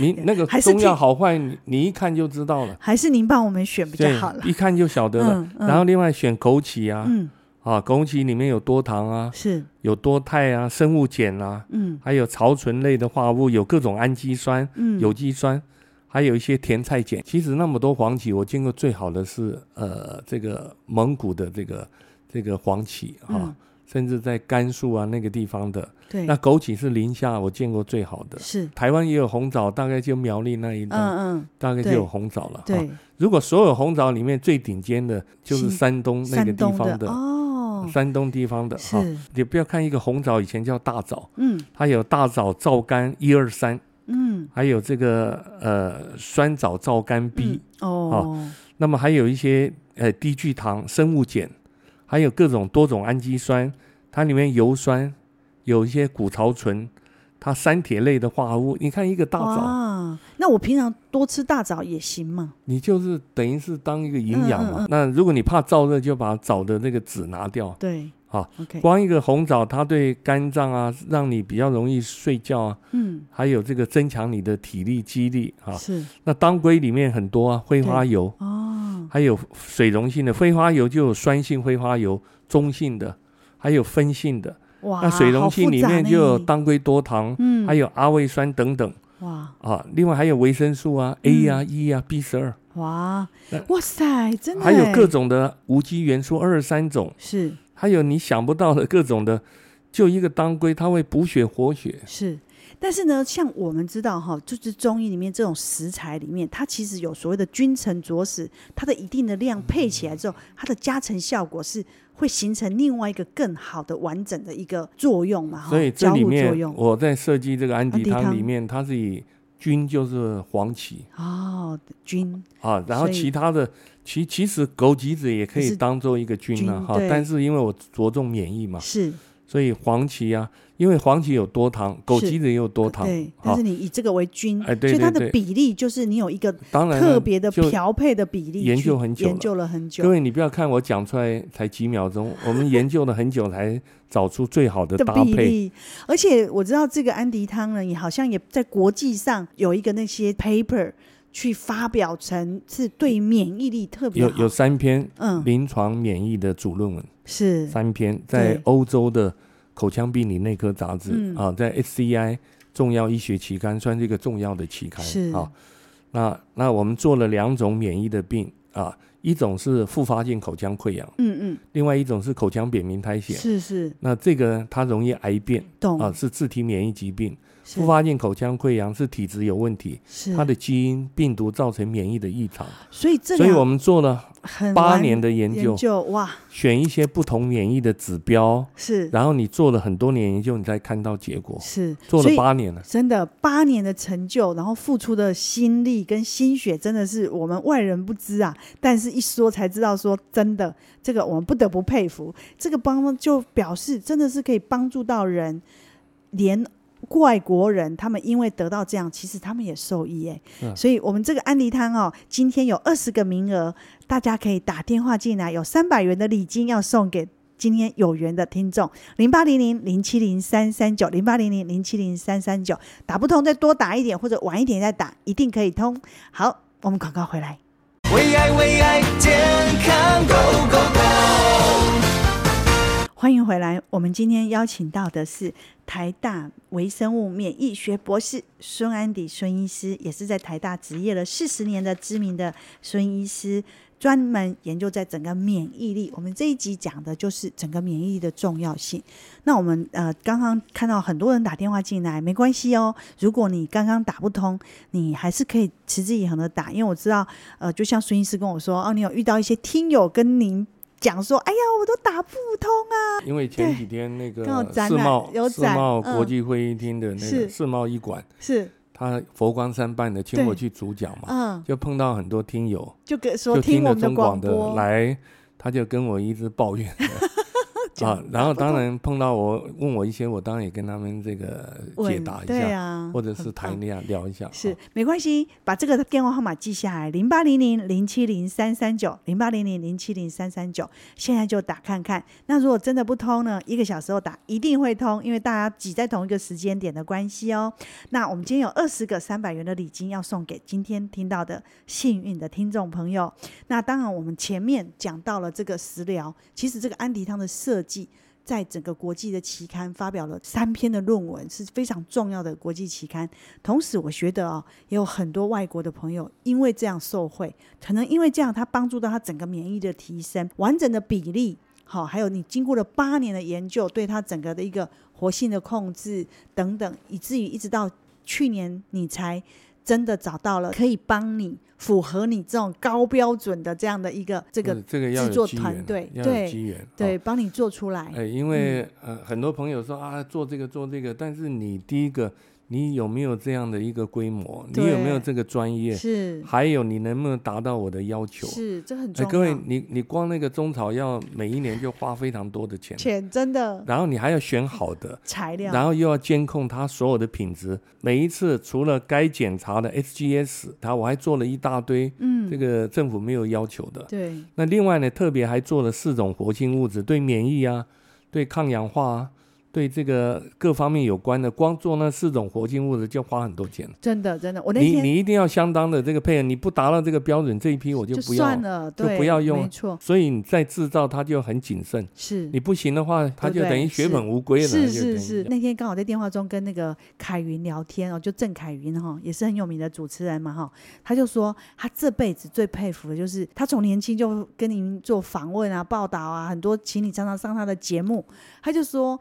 Speaker 3: 你那个
Speaker 2: 还是
Speaker 3: 中药
Speaker 2: 听
Speaker 3: 好坏，你你一看就知道了。
Speaker 2: 还是您帮我们选比较好了。
Speaker 3: 一看就晓得了。
Speaker 2: 嗯嗯
Speaker 3: 然后另外选枸杞啊，
Speaker 2: 嗯，
Speaker 3: 啊，枸杞里面有多糖啊，
Speaker 2: 是，
Speaker 3: 有多肽啊，生物碱啊，
Speaker 2: 嗯
Speaker 3: 还有草醇类的化物，有各种氨基酸、
Speaker 2: 嗯，
Speaker 3: 有机酸，还有一些甜菜碱。其实那么多黄芪，我见过最好的是呃这个蒙古的这个这个黄芪啊，
Speaker 2: 嗯
Speaker 3: 甚至在甘肃啊那个地方的。
Speaker 2: 对，
Speaker 3: 那枸杞是宁夏我见过最好的，
Speaker 2: 是，
Speaker 3: 台湾也有红枣，大概就苗栗那一啊带。
Speaker 2: 嗯嗯，
Speaker 3: 大概就
Speaker 2: 对
Speaker 3: 有红枣了。哈，
Speaker 2: 对，
Speaker 3: 如果所有红枣里面最顶尖的，就是
Speaker 2: 是
Speaker 3: 山东那个
Speaker 2: 山
Speaker 3: 地
Speaker 2: 东
Speaker 3: 方的，呃
Speaker 2: 哦，
Speaker 3: 山东地方的啊哈。
Speaker 2: 是，
Speaker 3: 你不要看一个红枣，以前叫大枣，
Speaker 2: 嗯
Speaker 3: 它有大枣、皂苷一二三，
Speaker 2: 嗯
Speaker 3: 还有这个呃酸枣皂苷 B，、
Speaker 2: 嗯
Speaker 3: 啊
Speaker 2: 哦，
Speaker 3: 那么还有一些呃低聚糖、生物碱，还有各种多种氨基酸，它里面油酸有一些骨槽醇，它三铁类的化合物。你看一个大枣，
Speaker 2: 哇，那我平常多吃大枣也行嘛？
Speaker 3: 你就是等于是当一个营养嘛。
Speaker 2: 嗯嗯
Speaker 3: 那如果你怕燥热，就把枣的那个籽拿掉。
Speaker 2: 对，
Speaker 3: 好
Speaker 2: ，OK，
Speaker 3: 光一个红枣，它对肝脏啊，让你比较容易睡觉啊，
Speaker 2: 嗯，
Speaker 3: 还有这个增强你的体力、肌力啊。
Speaker 2: 是，
Speaker 3: 那当归里面很多啊，挥花
Speaker 2: 对
Speaker 3: 油，
Speaker 2: 哦，
Speaker 3: 还有水溶性的挥发油就有酸性挥发油、中性的，还有酚性的。
Speaker 2: 哇，
Speaker 3: 那水溶
Speaker 2: 好
Speaker 3: 性
Speaker 2: 复
Speaker 3: 里
Speaker 2: 杂
Speaker 3: 面
Speaker 2: 呢
Speaker 3: 就有当归多糖，
Speaker 2: 嗯，
Speaker 3: 还有阿魏酸等等
Speaker 2: 哇
Speaker 3: 啊。另外还有维生素啊、
Speaker 2: 嗯
Speaker 3: A 啊、E 啊、B 十二，
Speaker 2: 哇
Speaker 3: 那
Speaker 2: 哇塞，真的
Speaker 3: 还有
Speaker 2: 欸
Speaker 3: 各种的无机元素二十三种，
Speaker 2: 是
Speaker 3: 还有你想不到的各种的。就一个当归，它会补血活血，
Speaker 2: 是，但是呢，像我们知道哈，就是中医里面这种食材里面，它其实有所谓的君臣佐使，它的一定的
Speaker 3: 嗯
Speaker 2: 量配起来之后，它的加成效果是会形成另外一个更好的完整的一个作用嘛哈，
Speaker 3: 所以这
Speaker 2: 哦交
Speaker 3: 里
Speaker 2: 互作
Speaker 3: 面
Speaker 2: 用。
Speaker 3: 我在设计这个安
Speaker 2: 安
Speaker 3: 迪
Speaker 2: 迪汤
Speaker 3: 汤里面，它是以菌就是黄芪，
Speaker 2: 哦，君
Speaker 3: 啊，然后
Speaker 2: 所以
Speaker 3: 其他的，其其实枸杞子也可
Speaker 2: 也
Speaker 3: 以
Speaker 2: 是
Speaker 3: 当做一个菌啊
Speaker 2: 菌，
Speaker 3: 哈，
Speaker 2: 对
Speaker 3: 但是因为我着重免疫嘛，
Speaker 2: 是
Speaker 3: 所以黄芪啊，因为黄芪有多糖，枸杞子也有多糖
Speaker 2: 对，，但
Speaker 3: 哈
Speaker 2: 是，你以这个为君，
Speaker 3: 哎对
Speaker 2: 所以它
Speaker 3: 对
Speaker 2: 的
Speaker 3: 对
Speaker 2: 比例就是你有一个
Speaker 3: 当然
Speaker 2: 特
Speaker 3: 了
Speaker 2: 别的
Speaker 3: 就
Speaker 2: 调配的比例去，
Speaker 3: 研究很久
Speaker 2: 研
Speaker 3: 了
Speaker 2: 究了很久，
Speaker 3: 各位你不要看我讲出来才几秒 钟，我们研究了很久才找出最好的
Speaker 2: 的
Speaker 3: 搭
Speaker 2: 比
Speaker 3: 配，
Speaker 2: 例，而且我知道这个安迪汤呢，也好像也在国际上有一个那些 paper 去发表成是对免疫力特别
Speaker 3: 有
Speaker 2: 好。
Speaker 3: 有三篇
Speaker 2: 嗯，
Speaker 3: 临床免疫的主论文，
Speaker 2: 是
Speaker 3: 三篇在
Speaker 2: 对
Speaker 3: 欧洲的口腔病理内科杂志、
Speaker 2: 嗯
Speaker 3: 啊，在 SCI 重要医学期刊算是一个重要的期刊
Speaker 2: 是
Speaker 3: 啊。那那我们做了两种免疫的病啊，一种是复发性口腔溃疡，
Speaker 2: 嗯嗯，
Speaker 3: 另外一种是口腔扁平苔藓。
Speaker 2: 是是
Speaker 3: 那这个它容易癌变
Speaker 2: 懂
Speaker 3: 啊，是自体免疫疾病。
Speaker 2: 是
Speaker 3: 复发性口腔溃疡是体质有问题，
Speaker 2: 是
Speaker 3: 它的基因病毒造成免疫的异常，
Speaker 2: 所以这
Speaker 3: 所以我
Speaker 2: 两
Speaker 3: 们做了
Speaker 2: 很
Speaker 3: 八
Speaker 2: 完
Speaker 3: 年的研
Speaker 2: 研
Speaker 3: 究，
Speaker 2: 哇
Speaker 3: 选一些不同免疫的指标，
Speaker 2: 是
Speaker 3: 然后你做了很多年研究，你才看到结果，
Speaker 2: 是
Speaker 3: 做
Speaker 2: 所
Speaker 3: 了
Speaker 2: 以啊
Speaker 3: 八年了。
Speaker 2: 真的八年的成就，然后付出的心力跟心血，真的是我们外人不知啊。但是一说才知道说，真的这个我们不得不佩服。这个帮就表示真的是可以帮助到人，连外国人他们因为得到这样，其实他们也受益哎、
Speaker 3: 嗯
Speaker 2: 所以我们这个安迪摊哦，今天有二十个名额，大家可以打电话进来，有三百元的礼金要送给。今天有缘的听众，零八零零零七零三三九，零八零零零七零三三九，打不通再多打一点，或者晚一点再打，一定可以通。好，我们广告回来。
Speaker 1: 为爱为爱健康 Go Go Go，
Speaker 2: 欢迎回来。我们今天邀请到的是台大微生物免疫学博士孙安迪孙医师，也是在台大执业了四十年的知名的孙医师，专门研究在整个免疫力。我们这一集讲的就是整个免疫力的重要性。那我们呃刚刚看到很多人打电话进来，没关系哦。如果你刚刚打不通，你还是可以持之以恒的打，因为我知道呃，就像孙医师跟我说，哦，你有遇到一些听友跟您。讲说，哎呀，我都打不通啊！
Speaker 3: 因为前几天那个
Speaker 2: 刚好展
Speaker 3: 世
Speaker 2: 览
Speaker 3: 贸
Speaker 2: 有
Speaker 3: 世
Speaker 2: 展
Speaker 3: 贸
Speaker 2: 嗯
Speaker 3: 国际会议厅的那
Speaker 2: 是
Speaker 3: 个世贸医馆，
Speaker 2: 是，
Speaker 3: 他佛光山办的，请
Speaker 2: 对
Speaker 3: 我去主讲嘛，
Speaker 2: 嗯，
Speaker 3: 就碰到很多听友，
Speaker 2: 就跟说
Speaker 3: 就听
Speaker 2: 我
Speaker 3: 了
Speaker 2: 们的
Speaker 3: 中广的
Speaker 2: 播，
Speaker 3: 来，他就跟我一直 抱怨啊，然后当然碰到我问我一些，我当然也跟他们这个解
Speaker 2: 问
Speaker 3: 答一
Speaker 2: 对
Speaker 3: 下，
Speaker 2: 啊，
Speaker 3: 或者
Speaker 2: 很
Speaker 3: 是谈
Speaker 2: 棒
Speaker 3: 一下聊一下，
Speaker 2: 是
Speaker 3: 啊
Speaker 2: 没关系，把这个电话号码记下来，零八零零零七零三三九，零八零零零七零三三九，现在就打看看。那如果真的不通呢，一个小时后打一定会通，因为大家挤在同一个时间点的关系哦。那我们今天有二十个三百元的礼金要送给今天听到的幸运的听众朋友。那当然，我们前面讲到了这个食疗，其实这个安迪汤的设计。在整个国际的期刊发表了三篇的论文，是非常重要的国际期刊。同时，我觉得哦，也有很多外国的朋友因为这样受惠，可能因为这样，他帮助到他整个免疫的提升，完整的比例。好，还有你经过了八年的研究，对他整个的一个活性的控制等等，以至于一直到去年你才真的找到了可以帮你符合你这种高标准的这样的一个这个
Speaker 3: 嗯这个要
Speaker 2: 制作
Speaker 3: 有机
Speaker 2: 团
Speaker 3: 缘
Speaker 2: 队
Speaker 3: 啊，要
Speaker 2: 对
Speaker 3: 有机缘，啊
Speaker 2: 对，帮你做出来。
Speaker 3: 哎，因为、呃，很多朋友说啊，做这个做这个，但是你第一个，你有没有这样的一个规模？你有没有
Speaker 2: 对
Speaker 3: 这个专业？
Speaker 2: 是
Speaker 3: 还有你能不能达到我的要求？
Speaker 2: 是，这很重
Speaker 3: 哎，
Speaker 2: 要。
Speaker 3: 各位，你你光那个中草药每一年就花非常多的钱，
Speaker 2: 钱真的
Speaker 3: 然后你还要选好的，
Speaker 2: 材料，
Speaker 3: 然后又要监控它所有的品质。每一次除了该检查的 SGS，它我还做了一大堆，
Speaker 2: 嗯，
Speaker 3: 这个政府没有要求的。
Speaker 2: 对
Speaker 3: 那另外呢，特别还做了四种活性物质，对免疫啊，对抗氧化啊，对这个各方面有关的，光做那四种活性物质就花很多钱。
Speaker 2: 真的真的，我那
Speaker 3: 你
Speaker 2: 天
Speaker 3: 你一定要相当的这个配合，你不达到这个标准，这一批我
Speaker 2: 就
Speaker 3: 不要
Speaker 2: 算。了，
Speaker 3: 就
Speaker 2: 对，
Speaker 3: 不要用
Speaker 2: 没
Speaker 3: 了
Speaker 2: 错，
Speaker 3: 所以你再制造它就很谨慎，
Speaker 2: 是
Speaker 3: 你不行的话，它就
Speaker 2: 对
Speaker 3: 等于血本无归了。
Speaker 2: 是
Speaker 3: 就等于
Speaker 2: 是是。那天刚好在电话中跟那个凯云聊天哦，就郑凯云哈、也是很有名的主持人嘛哈、他就说他这辈子最佩服的就是他从年轻就跟您做访问啊、报道啊，很多请你常常上他的节目，他就说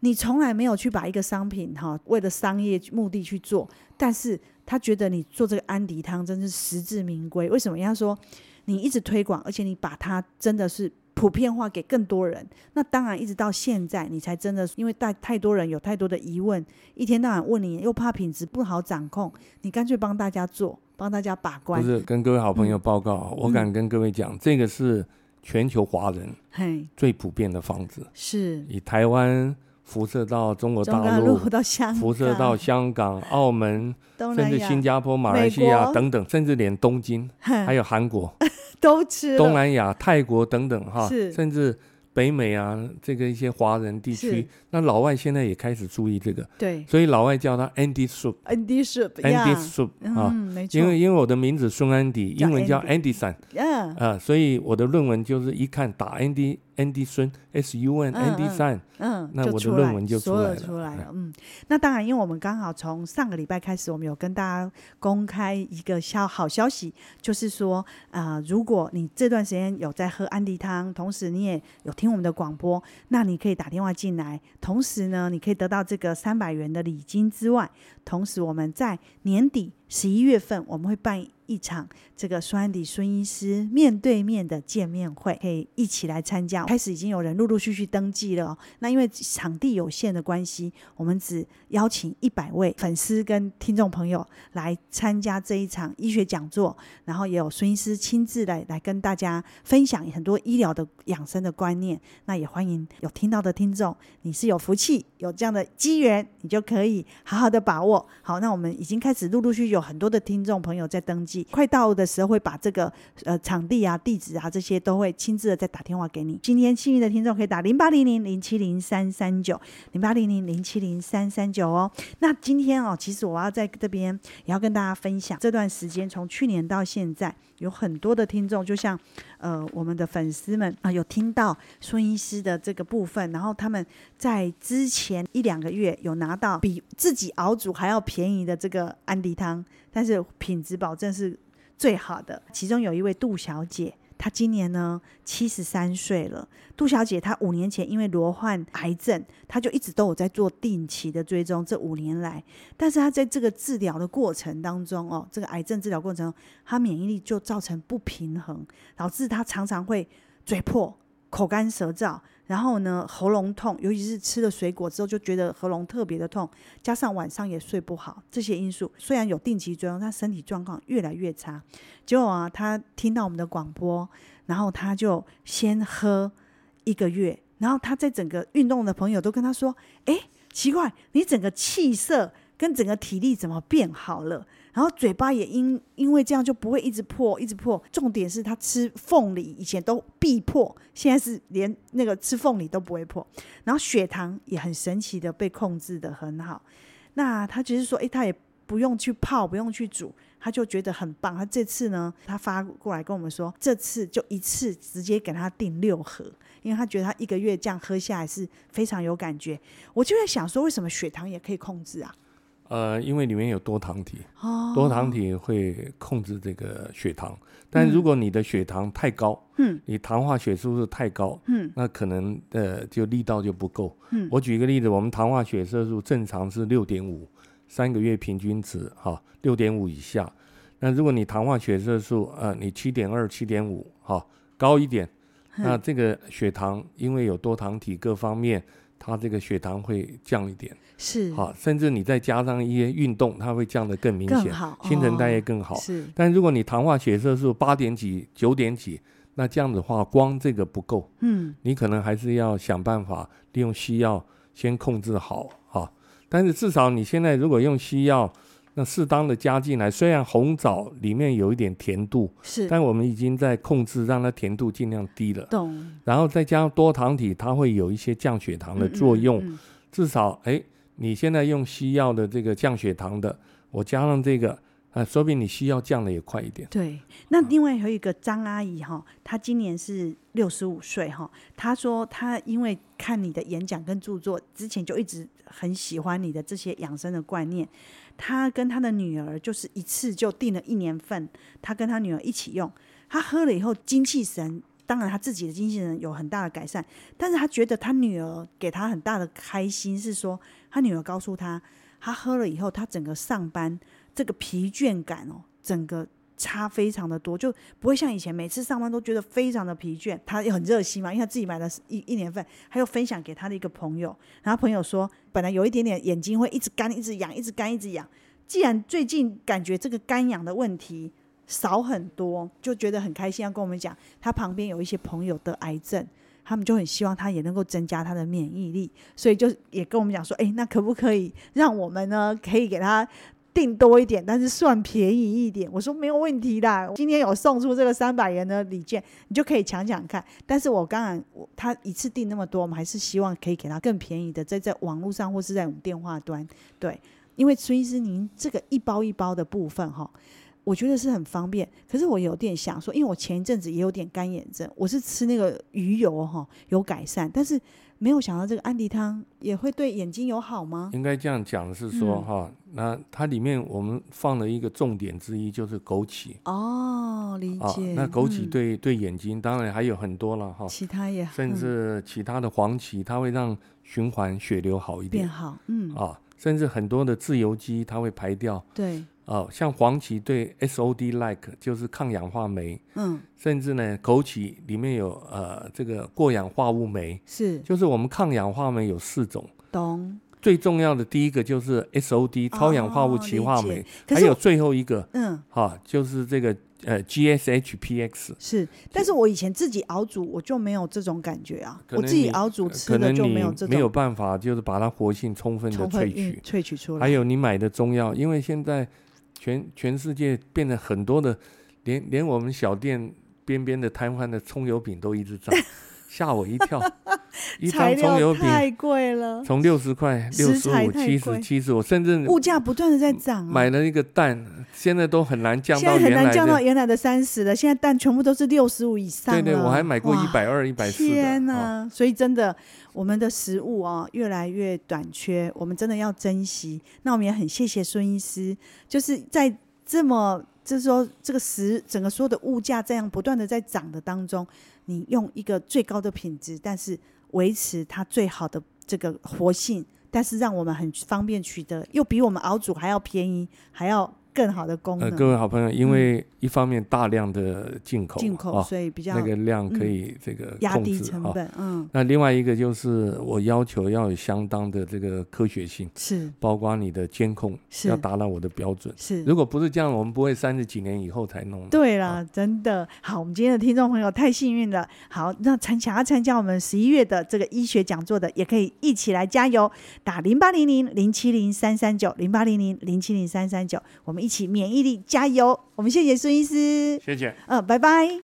Speaker 2: 你从来没有去把一个商品哈、为了商业目的去做，但是他觉得你做这个安迪汤真是实至名归。为什么？因为他说你一直推广，而且你把它真的是普遍化给更多人。那当然，一直到现在，你才真的因为太太多人有太多的疑问，一天到晚问你，又怕品质不好掌控，你干脆帮大家做，帮大家把
Speaker 3: 不
Speaker 2: 关。
Speaker 3: 是跟各位好朋友报告啊，我敢
Speaker 2: 嗯
Speaker 3: 跟各位讲，这个是全球华人
Speaker 2: 嘿，
Speaker 3: 最普遍的方子，
Speaker 2: 是
Speaker 3: 以台湾辐射到中国
Speaker 2: 中
Speaker 3: 大
Speaker 2: 大
Speaker 3: 陆，
Speaker 2: 陆到香港，
Speaker 3: 辐射到香港、澳门，
Speaker 2: 东
Speaker 3: 甚
Speaker 2: 南
Speaker 3: 至
Speaker 2: 亚，
Speaker 3: 新加坡、马来西
Speaker 2: 美
Speaker 3: 亚
Speaker 2: 国嗯
Speaker 3: 等等，甚至连东京，
Speaker 2: 哼
Speaker 3: 还有韩国、
Speaker 2: 都吃
Speaker 3: 东
Speaker 2: 了。
Speaker 3: 南亚、泰国等等哈
Speaker 2: 是，
Speaker 3: 甚至北美啊，这个一些华人地
Speaker 2: 是
Speaker 3: 区，那老外现在也开始注意这个，
Speaker 2: 对
Speaker 3: 所以老外叫他 Andy Soup。
Speaker 2: ，Andy Soup，
Speaker 3: Andy
Speaker 2: 呀
Speaker 3: Soup 啊，
Speaker 2: 嗯，没错，
Speaker 3: 因为因为我的名字孙安迪，
Speaker 2: 叫
Speaker 3: 英文叫
Speaker 2: Andy
Speaker 3: Andy Sun
Speaker 2: 嗯
Speaker 3: 啊，所以我的论文就是一看打 Andy Andy 孙 S U N
Speaker 2: 嗯
Speaker 3: Andy
Speaker 2: 嗯
Speaker 3: Sun，
Speaker 2: 嗯，
Speaker 3: 那
Speaker 2: 就
Speaker 3: 我的
Speaker 2: 出
Speaker 3: 论
Speaker 2: 来
Speaker 3: 文就出
Speaker 2: 所有
Speaker 3: 来了
Speaker 2: 出来
Speaker 3: 哎
Speaker 2: 了。嗯，那当然，因为我们刚好从上个礼拜开始，我们有跟大家公开一个消好消息，就是说，啊，如果你这段时间有在喝安迪汤，同时你也有听我们的广播，那你可以打电话进来，同时呢，你可以得到这个三百元的礼金之外，同时我们在年底十一月份，我们会办一场这个孙安迪孙医师面对面的见面会，可以一起来参加。下，开始已经有人陆陆续续登记了哦。那因为场地有限的关系，我们只邀请一百位粉丝跟听众朋友来参加这一场医学讲座，然后也有孙医师亲自来来跟大家分享很多医疗的养生的观念。那也欢迎有听到的听众，你是有福气有这样的机缘，你就可以好好的把握。好，那我们已经开始陆陆续续有很多的听众朋友在登记，快到的时候会把这个呃场地啊、地址啊这些都会亲自的再打电话给你。今天幸运的听众可以打零八零零零七零三三九零八零零零七零三三九哦。那今天哦，其实我要在这边也要跟大家分享这段时间，从去年到现在，有很多的听众，就像呃我们的粉丝们啊、有听到孙医师的这个部分，然后他们在之前一两个月有拿到比自己熬煮还要便宜的这个安迪汤，但是品质保证是最好的。其中有一位杜小姐，她今年呢七十三岁了。杜小姐她五年前因为罹患癌症，她就一直都有在做定期的追踪，这五年来，但是她在这个治疗的过程当中，哦，这个癌症治疗过程中，她免疫力就造成不平衡，导致她常常会嘴破、口干舌燥。然后呢，喉咙痛，尤其是吃了水果之后，就觉得喉咙特别的痛，加上晚上也睡不好，这些因素虽然有定期追踪，但身体状况越来越差。结果啊，她听到我们的广播，然后她就先喝一个月，然后他在整个运动的朋友都跟他说：“哎，奇怪，你整个气色跟整个体力怎么变好了？然后嘴巴也因因为这样就不会一直破，一直破。重点是他吃凤梨以前都必破，现在是连那个吃凤梨都不会破。然后血糖也很神奇的被控制的很好。那他只是说，哎，他也不用去泡，不用去煮。”他就觉得很棒，他这次呢，他发过来跟我们说，这次就一次直接给他订六盒，因为他觉得他一个月这样喝下来是非常有感觉。我就在想说，为什么血糖也可以控制啊？
Speaker 3: 呃，因为里面有多糖体，
Speaker 2: 哦，
Speaker 3: 多糖体会控制这个血糖，但如果你的血糖太高，
Speaker 2: 嗯，
Speaker 3: 你糖化血色素太高，
Speaker 2: 嗯，
Speaker 3: 那可能呃就力道就不够。
Speaker 2: 嗯
Speaker 3: 我举一个例子，我们糖化血色素正常是六点五，三个月平均值哈，六点五以下。那如果你糖化血色素呃你七点二、七点五哈，高一点，那这个血糖因为有多糖体各方面，它这个血糖会降一点。
Speaker 2: 是，
Speaker 3: 好，甚至你再加上一些运动，它会降得更明
Speaker 2: 更
Speaker 3: 显，
Speaker 2: 好
Speaker 3: 新陈代
Speaker 2: 哦
Speaker 3: 谢更好。
Speaker 2: 是，
Speaker 3: 但如果你糖化血色素八点几、九点几，那这样子的话，光这个不够，
Speaker 2: 嗯，
Speaker 3: 你可能还是要想办法利用西药先控制好啊。但是至少你现在如果用西药，那适当的加进来，虽然红枣里面有一点甜度，
Speaker 2: 是，嗯
Speaker 3: 但我们已经在控制，让它甜度尽量低了。
Speaker 2: 懂
Speaker 3: 然后再加上多糖体，它会有一些降血糖的
Speaker 2: 嗯嗯
Speaker 3: 作用。
Speaker 2: 嗯
Speaker 3: 至少哎，你现在用西药的这个降血糖的，我加上这个，啊，说不定你西药降的也快一点。
Speaker 2: 对，那另外还有一个张阿姨哈，她今年是六十五岁哈，她说她因为看你的演讲跟著作，之前就一直很喜欢你的这些养生的观念。她跟她的女儿就是一次就订了一年份，她跟她女儿一起用，她喝了以后精气神。当然，她自己的精气神有很大的改善，但是她觉得她女儿给她很大的开心，是说她女儿告诉她，她喝了以后，她整个上班这个疲倦感哦，整个差非常的多，就不会像以前每次上班都觉得非常的疲倦。他也很热心嘛，因为他自己买了一一年份，他又分享给他的一个朋友，然后朋友说本来有一点点眼睛会一直干、一直痒、一直干、一直痒，既然最近感觉这个干痒的问题。少很多，就觉得很开心，要跟我们讲，他旁边有一些朋友得癌症，他们就很希望他也能够增加他的免疫力，所以就也跟我们讲说，哎、那可不可以让我们呢，可以给他订多一点，但是算便宜一点。我说没有问题啦，今天有送出这个三百元的礼券，你就可以抢抢看。但是我当然，我他一次订那么多，我们还是希望可以给他更便宜的，在在网络上或是在我们电话端。对，因为孙医师您这个一包一包的部分哈。我觉得是很方便，可是我有点想说，因为我前一阵子也有点干眼症，我是吃那个鱼油哈有改善，但是没有想到这个安迪汤也会对眼睛有好吗？
Speaker 3: 应该这样讲是说
Speaker 2: 嗯
Speaker 3: 哈、那它里面我们放了一个重点之一就是枸杞
Speaker 2: 哦，理
Speaker 3: 啊
Speaker 2: 解。，
Speaker 3: 那枸杞
Speaker 2: 嗯
Speaker 3: 对、对眼睛当然还有很多了哈、
Speaker 2: 其他也
Speaker 3: 哦甚
Speaker 2: 嗯
Speaker 3: 至其他的黄芪，它会让循环血流好一
Speaker 2: 变
Speaker 3: 点哦
Speaker 2: 好，嗯，
Speaker 3: 啊，甚至很多的自由基它会排掉。
Speaker 2: 对，
Speaker 3: 哦，像黄芪对 SOD like 就是抗氧化酶，
Speaker 2: 嗯，
Speaker 3: 甚至呢枸杞里面有呃这个过氧化物酶，
Speaker 2: 是
Speaker 3: 就是我们抗氧化酶有四种，
Speaker 2: 懂。
Speaker 3: 最重要的第一个就是 SOD 超氧化物
Speaker 2: 哦
Speaker 3: 歧化，
Speaker 2: 理
Speaker 3: 酶
Speaker 2: 解，可
Speaker 3: 还
Speaker 2: 是
Speaker 3: 有
Speaker 2: 我
Speaker 3: 最后一个
Speaker 2: 嗯
Speaker 3: 哈、就是这个呃 GSHPX。
Speaker 2: 是，但是我以前自己熬煮，我就没有这种感觉啊，
Speaker 3: 可
Speaker 2: 我
Speaker 3: 能
Speaker 2: 自己
Speaker 3: 你呃
Speaker 2: 熬煮
Speaker 3: 可
Speaker 2: 吃的
Speaker 3: 能
Speaker 2: 就
Speaker 3: 你
Speaker 2: 没有这
Speaker 3: 没有
Speaker 2: 种
Speaker 3: 办法，就是把它活性充分的
Speaker 2: 充分
Speaker 3: 萃
Speaker 2: 运
Speaker 3: 取，
Speaker 2: 萃取出来。
Speaker 3: 还有你买的中药，因为现在全全世界变得很多的，连连我们小店边边的摊贩的葱油饼都一直涨，吓我一 跳，一
Speaker 2: 材
Speaker 3: 张
Speaker 2: 料
Speaker 3: 葱油饼
Speaker 2: 太贵了，
Speaker 3: 从六十块、六
Speaker 2: 食
Speaker 3: 十
Speaker 2: 材
Speaker 3: 五、
Speaker 2: 太
Speaker 3: 七
Speaker 2: 贵
Speaker 3: 十、七十，我甚至
Speaker 2: 物价不断的在涨啊。
Speaker 3: 嗯买了一个蛋，现在都很难降
Speaker 2: 现
Speaker 3: 到
Speaker 2: 在很
Speaker 3: 原
Speaker 2: 难
Speaker 3: 来
Speaker 2: 降到
Speaker 3: 的。
Speaker 2: 原来的三十了，现在蛋全部都是六十五以上
Speaker 3: 对
Speaker 2: 了。
Speaker 3: 对，我还买过一
Speaker 2: 哇
Speaker 3: 百二、一百四
Speaker 2: 天
Speaker 3: 的。哦
Speaker 2: 呐！所以真的，我们的食物啊、越来越短缺，我们真的要珍惜。那我们也很谢谢孙医师，就是在这么就是说这个食整个所有的物价这样不断的在涨的当中，你用一个最高的品质，但是维持它最好的这个活性，但是让我们很方便取得，又比我们熬煮还要便宜，还要更好的功
Speaker 3: 呃，
Speaker 2: 能。
Speaker 3: 各位好朋友，因为一方面大量的进口嘛，
Speaker 2: 进口，
Speaker 3: 啊
Speaker 2: 所以比较
Speaker 3: 那个量可
Speaker 2: 嗯
Speaker 3: 以这个
Speaker 2: 压
Speaker 3: 控
Speaker 2: 低
Speaker 3: 制
Speaker 2: 成
Speaker 3: 啊
Speaker 2: 本。嗯，
Speaker 3: 那另外一个就是我要求要有相当的这个科学性，
Speaker 2: 是
Speaker 3: 包括你的监控
Speaker 2: 是
Speaker 3: 要达到我的标准。
Speaker 2: 是。
Speaker 3: 如果不是这样，我们不会三十几年以后才弄。
Speaker 2: 对了，真的好，我们今天的听众朋友太幸运了。好，那参想要参加我们十一月的这个医学讲座的，也可以一起来加油，打零八零零零七零三三九零八零零零七零三三九，我们一起免疫力加油。我们谢谢孙医师，
Speaker 3: 谢谢。
Speaker 2: 嗯、拜拜。